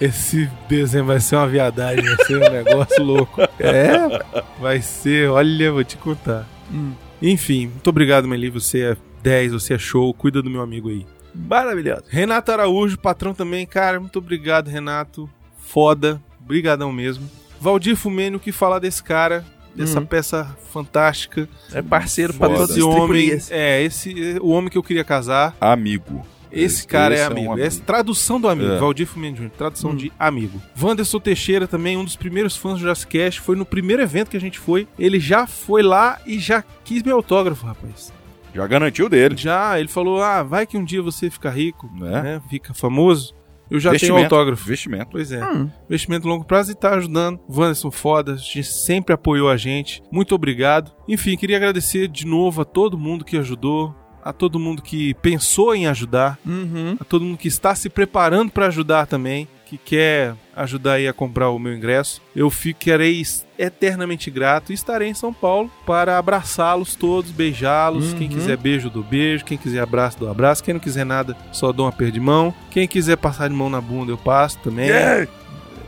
Speaker 2: esse desenho vai ser uma viadagem, vai ser um negócio louco. É, vai ser, olha, vou te contar.
Speaker 3: Hum.
Speaker 2: Enfim, muito obrigado, Meli. Você é 10, você é show, cuida do meu amigo aí.
Speaker 3: Maravilhoso.
Speaker 2: Renato Araújo, patrão também, cara, muito obrigado, Renato. Foda, brigadão mesmo. Valdir Fumênio, o que falar desse cara, dessa
Speaker 3: Hum.
Speaker 2: peça fantástica,
Speaker 3: É parceiro pra
Speaker 4: Foda.
Speaker 3: todos os
Speaker 2: esse homem,
Speaker 3: tripulias.
Speaker 2: é, esse o homem que eu queria casar.
Speaker 4: Amigo.
Speaker 2: Esse cara é
Speaker 4: um
Speaker 2: amigo. Essa tradução do amigo.
Speaker 4: É.
Speaker 2: Valdir Fumento Jr. Tradução
Speaker 3: Hum.
Speaker 2: de amigo. Wanderson Teixeira também, um dos primeiros fãs do Jurassic Cast. Foi no primeiro evento que a gente foi. Ele já foi lá e já quis meu autógrafo, rapaz.
Speaker 4: Já garantiu dele.
Speaker 2: Já, ele falou, ah, vai que um dia você fica rico,
Speaker 4: Né?
Speaker 2: né? Fica famoso. Eu já tenho
Speaker 4: Investimento.
Speaker 2: autógrafo.
Speaker 4: Investimento.
Speaker 2: Pois é.
Speaker 3: Hum.
Speaker 2: Investimento a longo prazo e tá ajudando. Wanderson, foda, a gente sempre apoiou a gente. Muito obrigado. Enfim, queria agradecer de novo a todo mundo que ajudou, a todo mundo que pensou em ajudar
Speaker 3: Uhum.
Speaker 2: a todo mundo que está se preparando para ajudar também, que quer ajudar aí a comprar o meu ingresso. Eu ficarei eternamente grato e estarei em São Paulo para abraçá-los todos, beijá-los.
Speaker 3: Uhum.
Speaker 2: Quem quiser beijo, do beijo. Quem quiser abraço, do abraço. Quem não quiser nada, só dou uma perda de mão. Quem quiser passar de mão na bunda, eu passo também.
Speaker 3: É.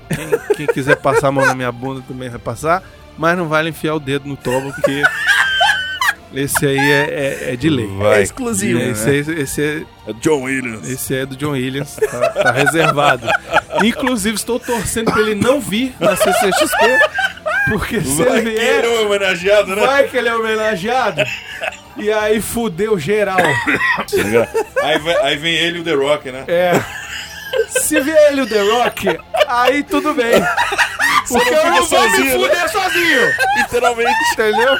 Speaker 2: Quem, quem quiser passar a mão na minha bunda também vai passar. Mas não vale enfiar o dedo no tobo, porque esse aí é, é- é de lei.
Speaker 4: Vai.
Speaker 3: É exclusivo.
Speaker 4: né?
Speaker 2: Esse, aí- esse é
Speaker 4: É John Williams.
Speaker 2: esse é do John Williams, tá, tá reservado. Inclusive, estou torcendo pra ele não vir na CCXP, porque se
Speaker 4: Vai
Speaker 2: ele
Speaker 4: que
Speaker 2: vier,
Speaker 4: ele é o homenageado, né?
Speaker 2: vai que ele é homenageado. E aí fudeu geral.
Speaker 4: Tá Aí, vai- aí vem ele e o The Rock, né?
Speaker 2: É. Se vier ele o The Rock, aí tudo bem. Porque eu
Speaker 4: fica
Speaker 2: não vou me
Speaker 4: sozinho, né?
Speaker 2: fuder sozinho.
Speaker 4: Literalmente.
Speaker 2: Entendeu?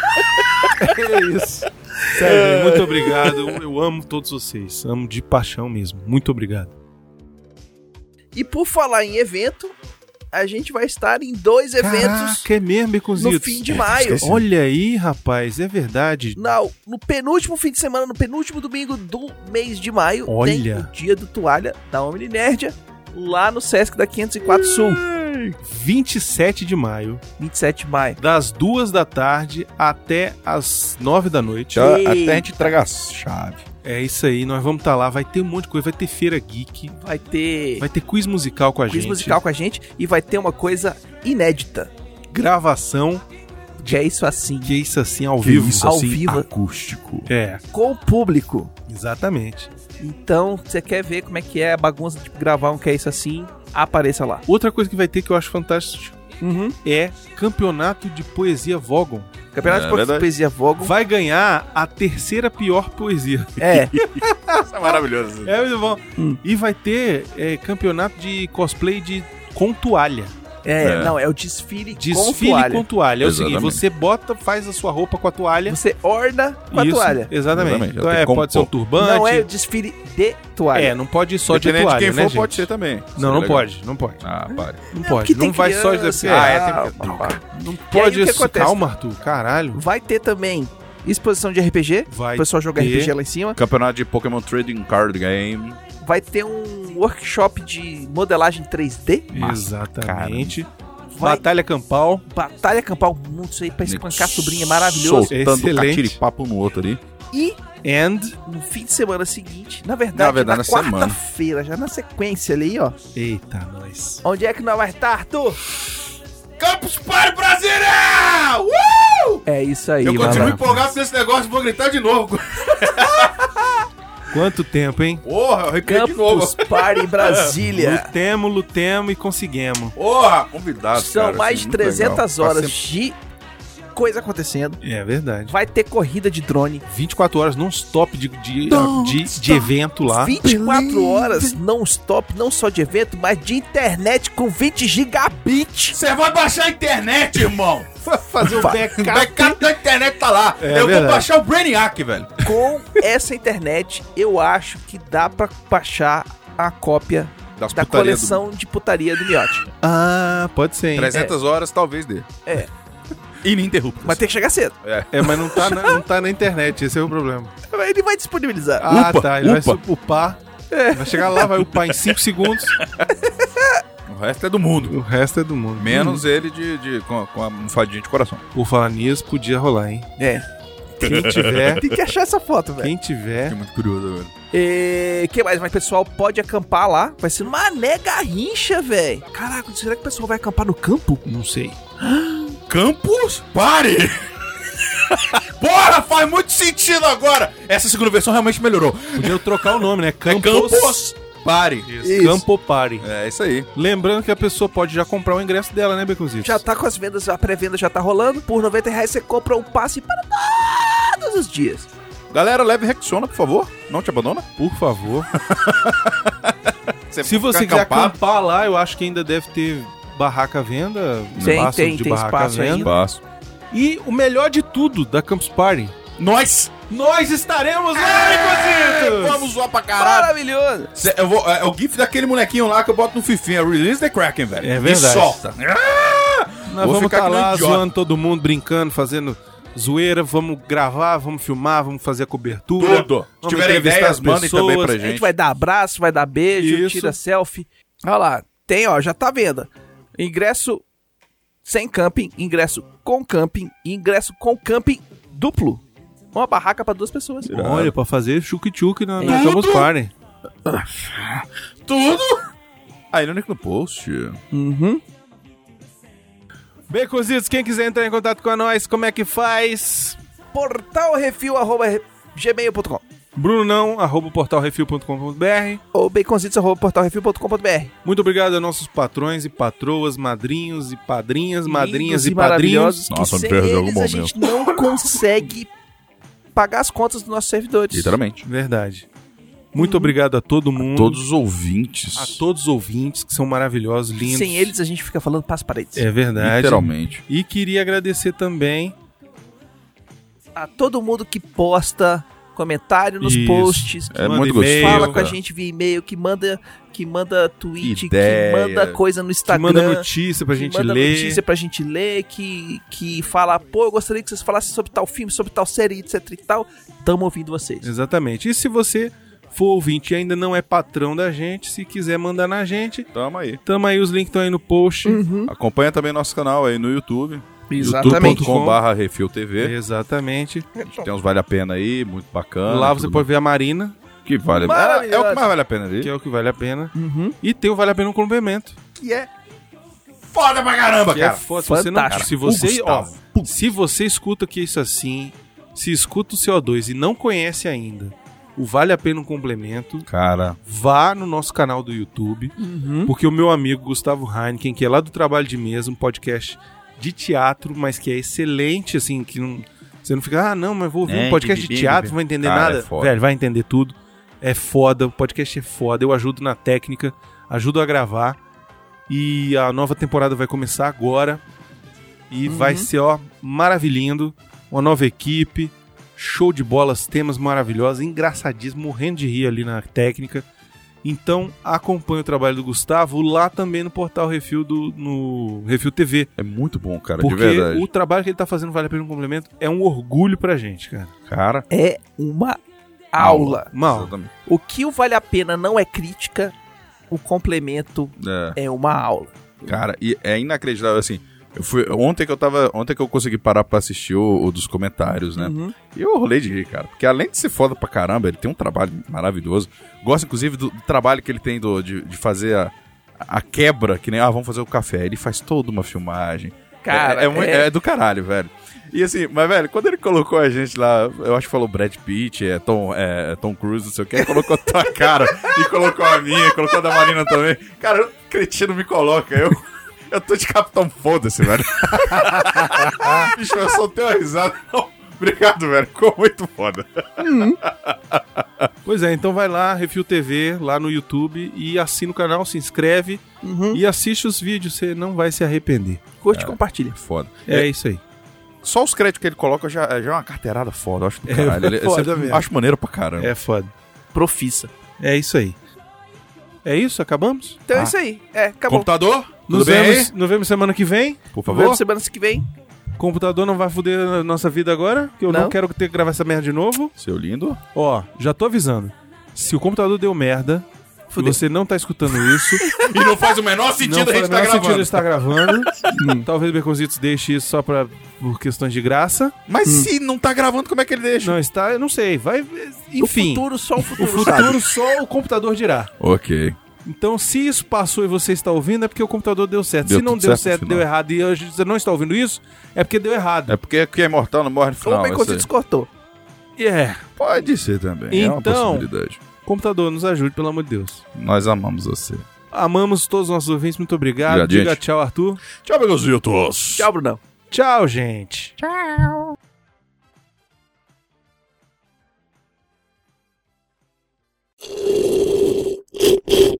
Speaker 2: É isso.
Speaker 4: É.
Speaker 2: Sério, muito obrigado. Eu amo todos vocês. Amo de paixão mesmo. Muito obrigado.
Speaker 3: E por falar em evento, a gente vai estar em dois eventos
Speaker 2: Caraca, é mesmo, Beconzitos.
Speaker 3: no fim de maio.
Speaker 4: esqueci.
Speaker 2: Olha aí, rapaz, é verdade.
Speaker 3: Não, no penúltimo fim de semana, no penúltimo domingo do mês de maio, tem
Speaker 2: Olha.
Speaker 3: o dia do toalha da Omni Nerdia, lá no Sesc da 504 Sul,
Speaker 2: 27 de maio,
Speaker 3: 27 de maio.
Speaker 2: das duas da tarde até as nove da noite.
Speaker 4: Então, até a gente entregar a chave.
Speaker 2: É isso aí, nós vamos estar lá, vai ter um monte de coisa, vai ter feira geek,
Speaker 3: Vai ter
Speaker 2: vai ter quiz musical com a
Speaker 3: quiz
Speaker 2: gente,
Speaker 3: musical com a gente e vai ter uma coisa inédita,
Speaker 2: gravação,
Speaker 3: que é isso assim,
Speaker 2: que é isso assim ao
Speaker 4: Que
Speaker 2: vivo.
Speaker 4: isso
Speaker 3: Ao
Speaker 4: assim,
Speaker 3: vivo.
Speaker 4: acústico.
Speaker 2: É,
Speaker 3: com o público.
Speaker 2: exatamente.
Speaker 3: Então, você quer ver como é que é a bagunça de gravar um que é isso assim? Apareça lá.
Speaker 2: Outra coisa que vai ter que eu acho fantástico
Speaker 3: Uhum.
Speaker 2: é campeonato de poesia Vogon.
Speaker 3: Campeonato
Speaker 4: É
Speaker 3: de
Speaker 4: verdade.
Speaker 3: Poesia Vogon.
Speaker 2: Vai ganhar a terceira pior poesia.
Speaker 3: É,
Speaker 4: Isso é maravilhoso.
Speaker 2: É muito bom.
Speaker 3: Hum.
Speaker 2: E vai ter é, campeonato de cosplay de com toalha.
Speaker 3: é,
Speaker 4: É.
Speaker 3: não, é o desfile, com
Speaker 2: Desfile
Speaker 3: toalha.
Speaker 2: com toalha. É o
Speaker 4: Exatamente.
Speaker 2: seguinte, você bota, faz a sua roupa com a toalha.
Speaker 3: Você orna com
Speaker 2: Isso,
Speaker 3: a toalha.
Speaker 2: Exatamente.
Speaker 4: Exatamente,
Speaker 2: Então
Speaker 4: ela tem
Speaker 2: é,
Speaker 4: que
Speaker 2: pode ser um
Speaker 4: compor.
Speaker 2: turbante.
Speaker 3: Não é desfile de toalha.
Speaker 2: É, não pode ir só de
Speaker 4: Dependendo de
Speaker 2: toalha,
Speaker 4: quem for,
Speaker 2: né,
Speaker 4: pode
Speaker 2: gente?
Speaker 4: ser também. é
Speaker 2: Não, não
Speaker 4: Legal.
Speaker 2: pode, não pode.
Speaker 4: Ah, pare.
Speaker 2: Não
Speaker 3: É,
Speaker 2: pode.
Speaker 3: porque tem
Speaker 2: Não vai só de
Speaker 3: criança,
Speaker 2: assim. Ah, é,
Speaker 3: tal,
Speaker 2: tem...
Speaker 3: tal,
Speaker 2: Não
Speaker 3: tal. E aí, o
Speaker 2: pode
Speaker 3: que
Speaker 2: isso.
Speaker 3: acontece?
Speaker 2: Calma, Arthur. Caralho.
Speaker 3: Vai ter também exposição de RPG.
Speaker 2: Vai.
Speaker 3: o pessoal joga
Speaker 2: ter.
Speaker 3: RPG lá em cima.
Speaker 4: Campeonato de Pokémon Trading Card Game.
Speaker 3: Vai ter um workshop de modelagem 3D.
Speaker 2: Exatamente.
Speaker 3: Vai.
Speaker 2: Batalha campal.
Speaker 3: Batalha campal mundo isso aí pra espancar a sobrinha maravilhoso.
Speaker 4: Soltando
Speaker 2: Excelente.
Speaker 4: catiripapo no outro ali.
Speaker 3: E
Speaker 2: And.
Speaker 3: no fim de semana seguinte, na verdade,
Speaker 4: Na
Speaker 3: na,
Speaker 4: verdade, na semana.
Speaker 3: quarta-feira, já na sequência ali, ó.
Speaker 2: Eita, nós.
Speaker 3: Onde é que nós vai estar, Arthur?
Speaker 5: Campus Party Brasília! Uh!
Speaker 3: É isso aí,
Speaker 5: Eu continuo
Speaker 3: mano.
Speaker 5: empolgado com esse negócio, vou gritar de novo.
Speaker 2: Quanto tempo, hein?
Speaker 5: Porra, eu arrepiei de
Speaker 3: Campus
Speaker 5: novo.
Speaker 3: Party Brasília.
Speaker 2: Lutemos, lutemos e conseguimos.
Speaker 5: Porra!
Speaker 4: Convidado,
Speaker 3: São
Speaker 4: cara,
Speaker 3: mais
Speaker 4: isso
Speaker 3: de
Speaker 4: é muito legal.
Speaker 3: 300
Speaker 4: Tá
Speaker 3: horas
Speaker 4: sempre-
Speaker 3: de coisa acontecendo.
Speaker 2: É verdade.
Speaker 3: Vai ter corrida de drone.
Speaker 2: 24 horas non-stop de, de, de- de evento lá.
Speaker 3: 24 horas não stop, não só de evento, mas de internet com 20 gigabit.
Speaker 5: Você vai baixar a internet, irmão!
Speaker 2: Fazer o backup.
Speaker 5: O backup da internet tá lá.
Speaker 2: É
Speaker 5: eu
Speaker 2: verdade.
Speaker 5: vou baixar o Brainiac, velho.
Speaker 3: Com essa internet, eu acho que dá pra baixar a cópia
Speaker 4: das
Speaker 3: da
Speaker 4: putaria do-
Speaker 3: coleção de putaria do Miotti.
Speaker 2: Ah, pode ser, hein?
Speaker 4: 300 horas, talvez dê.
Speaker 3: É.
Speaker 4: Ininterrupto.
Speaker 3: Mas tem que chegar cedo.
Speaker 2: É, mas não tá, na, não tá na internet, esse é o problema.
Speaker 3: Ele vai disponibilizar.
Speaker 2: Ah,
Speaker 4: Upa,
Speaker 2: tá. Ele vai
Speaker 4: upa.
Speaker 2: su- upar. Vai chegar lá, vai upar em 5 segundos.
Speaker 4: O resto é do mundo.
Speaker 2: O resto é do mundo. Hum.
Speaker 4: Menos ele de, de- com, com a mofadinha de coração.
Speaker 2: Por falar nisso, podia rolar, hein?
Speaker 3: É.
Speaker 2: Quem
Speaker 4: é?
Speaker 2: tiver,
Speaker 3: Tem que achar essa foto, velho.
Speaker 2: quem tiver.
Speaker 4: Fiquei muito curioso, velho.
Speaker 3: E que mais? Mas o pessoal pode acampar lá. Vai ser Mané Garrincha, velho. Caraca, será que o pessoal vai acampar no campo?
Speaker 2: Não sei.
Speaker 5: Campus Party! Bora, faz muito sentido agora! Essa segunda versão realmente melhorou.
Speaker 2: Podia trocar o nome, né?
Speaker 5: É
Speaker 2: Campos.
Speaker 5: Campus Party.
Speaker 2: Isso. Campo Party.
Speaker 4: É isso aí.
Speaker 2: Lembrando que a pessoa pode já comprar o ingresso dela, né, Beconzitos?
Speaker 3: Já tá com as vendas, a pré-venda já tá rolando. Por 90 reais você compra um passe para todos os dias.
Speaker 4: Galera, leve Rexona, por favor. Não te abandona.
Speaker 2: Por favor. Se
Speaker 4: fica
Speaker 2: você quiser
Speaker 4: acampado.
Speaker 2: acampar lá, eu acho que ainda deve ter barraca à venda.
Speaker 3: Tem,
Speaker 2: espaço
Speaker 3: tem,
Speaker 2: de
Speaker 3: tem
Speaker 2: barraca
Speaker 3: espaço
Speaker 2: à venda.
Speaker 3: ainda.
Speaker 4: Passo.
Speaker 2: E o melhor de tudo da Campus Party.
Speaker 5: Nós É,
Speaker 2: Nós estaremos
Speaker 4: É.
Speaker 2: lá, Beconzitos!
Speaker 5: vamos zoar pra caralho.
Speaker 3: Maravilhoso.
Speaker 5: Cê- eu vou- é o GIF daquele molequinho lá que eu boto no Fifinha. Release the Kraken, velho.
Speaker 2: É verdade.
Speaker 5: E solta.
Speaker 2: Nós
Speaker 5: Vou
Speaker 2: vamos
Speaker 5: ficar
Speaker 2: estar
Speaker 4: um
Speaker 5: que nem
Speaker 2: lá
Speaker 5: idiota.
Speaker 2: zoando todo mundo, brincando, fazendo zoeira, vamos gravar, vamos filmar, vamos fazer a cobertura.
Speaker 5: Tudo. Se
Speaker 2: Vamos
Speaker 5: tiverem
Speaker 2: entrevistar
Speaker 5: ideias,
Speaker 2: as
Speaker 4: Mandem também
Speaker 2: pessoas.
Speaker 4: pra
Speaker 3: A gente
Speaker 4: gente.
Speaker 3: vai dar abraço, vai dar beijo,
Speaker 2: Isso.
Speaker 3: tira selfie. Olha lá, tem, ó, já tá à venda. Ingresso sem camping, ingresso com camping, e ingresso com camping duplo. Uma barraca para duas pessoas.
Speaker 2: Olha, pra fazer chuque-chuque na, na
Speaker 3: Tudo.
Speaker 2: Campus Party.
Speaker 5: Tudo.
Speaker 4: Aí no link é no post.
Speaker 3: Uhum.
Speaker 2: Becositos, quem quiser entrar em contato com a nós, como é que faz?
Speaker 3: Portalrefil.gmail.com
Speaker 2: Brunão, arroba portalrefil.com.br.
Speaker 3: ou baconzitos.portalrefil.com.br
Speaker 2: Muito obrigado aos nossos patrões e patroas, madrinhos e padrinhas, madrinhas
Speaker 3: Lindos
Speaker 2: e padrinhos.
Speaker 3: maravilhosos que
Speaker 4: Nossa,
Speaker 3: sem
Speaker 4: me perdeu
Speaker 3: eles
Speaker 4: algum
Speaker 3: a
Speaker 4: momento.
Speaker 3: gente não consegue pagar as contas dos nossos servidores.
Speaker 4: Literalmente.
Speaker 2: Verdade. Muito obrigado a todo mundo.
Speaker 4: Todos os ouvintes.
Speaker 2: Hum. a todos os ouvintes que são maravilhosos, lindos.
Speaker 3: Sem eles a gente fica falando para as paredes.
Speaker 2: É verdade.
Speaker 4: Literalmente.
Speaker 2: E queria agradecer também
Speaker 3: a todo mundo que posta comentário nos
Speaker 2: Isso.
Speaker 3: posts, que
Speaker 4: É
Speaker 2: Manda
Speaker 4: muito
Speaker 2: e-mail,
Speaker 4: gostoso.
Speaker 3: fala com a
Speaker 4: cara.
Speaker 3: gente via e-mail, que manda que manda tweet,
Speaker 4: Ideia.
Speaker 3: que manda coisa no
Speaker 2: que
Speaker 3: Instagram,
Speaker 2: manda notícia pra gente
Speaker 3: que Tá manda
Speaker 2: ler.
Speaker 3: notícia pra gente ler, que que fala, pô, eu gostaria que vocês falassem sobre tal filme, sobre tal série, etc e tal. Tamo ouvindo vocês.
Speaker 2: Exatamente. E se você for ouvinte e ainda não é patrão da gente, se quiser mandar na gente,
Speaker 4: Tamo aí.
Speaker 2: tamo aí, os links estão aí no post.
Speaker 3: Uhum.
Speaker 4: Acompanha também nosso canal aí no YouTube.
Speaker 2: Uhum. Exatamente.
Speaker 4: youtube.com.br Refil TV.
Speaker 2: Exatamente.
Speaker 4: Tem uns vale a pena aí, muito bacana.
Speaker 2: Lá você
Speaker 4: Ah, tudo
Speaker 2: pode ver a Marina,
Speaker 4: Que vale a pena.
Speaker 3: Maravilhoso.
Speaker 4: É o que mais vale a pena ali.
Speaker 2: que é o que vale a pena.
Speaker 3: Uhum.
Speaker 2: E tem o Vale a Pena um complemento.
Speaker 3: Que é
Speaker 5: Foda pra
Speaker 4: Ah,
Speaker 5: caramba,
Speaker 2: Que é
Speaker 5: cara.
Speaker 2: foda. Se você, não,
Speaker 3: fantástico.
Speaker 2: se, você, ó,
Speaker 5: Gustavo.
Speaker 2: é se você escuta que isso assim, se escuta o CO2 e não conhece ainda, o Vale a Pena um Complemento.
Speaker 4: Cara,
Speaker 2: Vá no nosso canal do YouTube,
Speaker 3: Uhum. Hum?
Speaker 2: porque o meu amigo Gustavo Heineken, que é lá do Trabalho de Mesa, um podcast de teatro, mas que é excelente, assim, que não, você não fica, ah, não, mas vou ouvir um
Speaker 5: É,
Speaker 2: podcast de
Speaker 5: bibi,
Speaker 2: teatro,
Speaker 5: bibi.
Speaker 2: não vai entender
Speaker 4: Cara,
Speaker 2: nada.
Speaker 4: é foda.
Speaker 2: Velho, vai entender tudo. É foda, o podcast é foda, eu ajudo na técnica, ajudo a gravar. E a nova temporada vai começar agora. E vai ser, ó, maravilhindo. Uma nova equipe, show de bolas, temas maravilhosos, engraçadíssimo, morrendo de rir ali na técnica. Então acompanhe o trabalho do Gustavo lá também no portal Refil do no Refil TV,
Speaker 4: é muito bom, cara, de
Speaker 2: porque
Speaker 4: verdade.
Speaker 2: o trabalho que ele tá fazendo vale a pena um complemento, é um orgulho pra gente, cara.
Speaker 4: Cara,
Speaker 3: É uma aula.
Speaker 2: Mal.
Speaker 4: exatamente.
Speaker 3: O que o vale a pena não é crítica, o complemento
Speaker 4: É.
Speaker 3: é uma aula.
Speaker 4: Cara, e é inacreditável assim. Eu fui, ontem que eu tava. Ontem que eu consegui parar pra assistir o, o dos comentários, né?
Speaker 3: Uhum.
Speaker 4: E eu rolei de rir, cara. Porque além de ser foda pra caramba, ele tem um trabalho maravilhoso. Gosto, inclusive, do, do trabalho que ele tem do- de, de fazer a, a quebra, que nem, ah, vamos fazer o café. Ele faz toda uma filmagem.
Speaker 3: Cara,
Speaker 4: é, é mu-
Speaker 3: é-
Speaker 4: é do caralho, velho. E assim, mas, velho, quando ele colocou a gente lá, eu acho que falou Brad Pitt, é Tom, é, Tom Cruise, não sei o que, colocou a tua cara e colocou a minha, colocou a da Marina também. Cara, o cretino me coloca, eu. Eu tô de capitão, foda-se, velho. Bicho, eu soltei uma risada. Não, Obrigado, velho. Ficou muito foda.
Speaker 2: Pois é, então vai lá, Refil TV, lá no YouTube e assina o canal, se inscreve
Speaker 3: Uhum.
Speaker 2: e assiste os vídeos, você não vai se arrepender.
Speaker 3: Curte e compartilha.
Speaker 4: Foda.
Speaker 2: É isso aí.
Speaker 4: Tá Só os créditos que ele coloca já, já é uma carteirada É, foda, eu acho do caralho. Ele-
Speaker 2: foda
Speaker 4: sempre-
Speaker 2: mesmo.
Speaker 4: Acho maneiro pra caramba.
Speaker 2: É foda.
Speaker 3: Profissa.
Speaker 2: É isso aí. É isso, acabamos?
Speaker 3: Então
Speaker 4: Ah.
Speaker 3: é isso aí. É, acabou.
Speaker 4: Computador? Tudo
Speaker 2: Nos
Speaker 4: bem?
Speaker 2: vemos, nos vemos semana que vem.
Speaker 4: Por
Speaker 3: Nos vemos
Speaker 4: favor?
Speaker 3: semana que vem.
Speaker 2: Computador não vai foder a nossa vida agora, que eu não,
Speaker 3: Não.
Speaker 2: quero ter que gravar essa merda de novo.
Speaker 4: Seu lindo.
Speaker 2: Ó, já tô avisando. Se o computador deu merda,
Speaker 3: Fudeu.
Speaker 2: e você não tá escutando isso,
Speaker 4: E não faz o menor
Speaker 2: não faz
Speaker 4: tá
Speaker 2: o menor sentido estar gravando. Hum, Talvez o Beconzitos deixe isso só pra, por questões de graça.
Speaker 4: Mas se não tá gravando, como é que ele deixa?
Speaker 2: Não está, eu não sei, vai... Enfim,
Speaker 3: O futuro só o
Speaker 2: o
Speaker 3: futuro, sabe.
Speaker 2: futuro só o computador dirá.
Speaker 4: Ok.
Speaker 2: Então, se isso passou e você está ouvindo, é porque o computador deu certo.
Speaker 4: Deu
Speaker 2: se não
Speaker 4: tudo
Speaker 2: deu
Speaker 4: certo no
Speaker 2: certo, deu
Speaker 4: final.
Speaker 2: errado, e hoje você não está ouvindo isso, é porque deu errado.
Speaker 4: É porque quem é mortal não morre no
Speaker 3: Ou
Speaker 4: final.
Speaker 3: bem quando
Speaker 4: isso aí.
Speaker 3: descortou.
Speaker 2: É.
Speaker 4: Pode ser também. É uma
Speaker 2: Então-
Speaker 4: possibilidade.
Speaker 2: Computador, nos ajude, pelo amor de Deus.
Speaker 4: Nós amamos você.
Speaker 2: Amamos todos os nossos ouvintes, muito obrigado.
Speaker 4: Obrigado,
Speaker 2: Diga
Speaker 4: gente.
Speaker 2: tchau, Arthur.
Speaker 4: Tchau, meus Vitos.
Speaker 3: Tchau, Brunão.
Speaker 2: Tchau, gente.
Speaker 6: Tchau.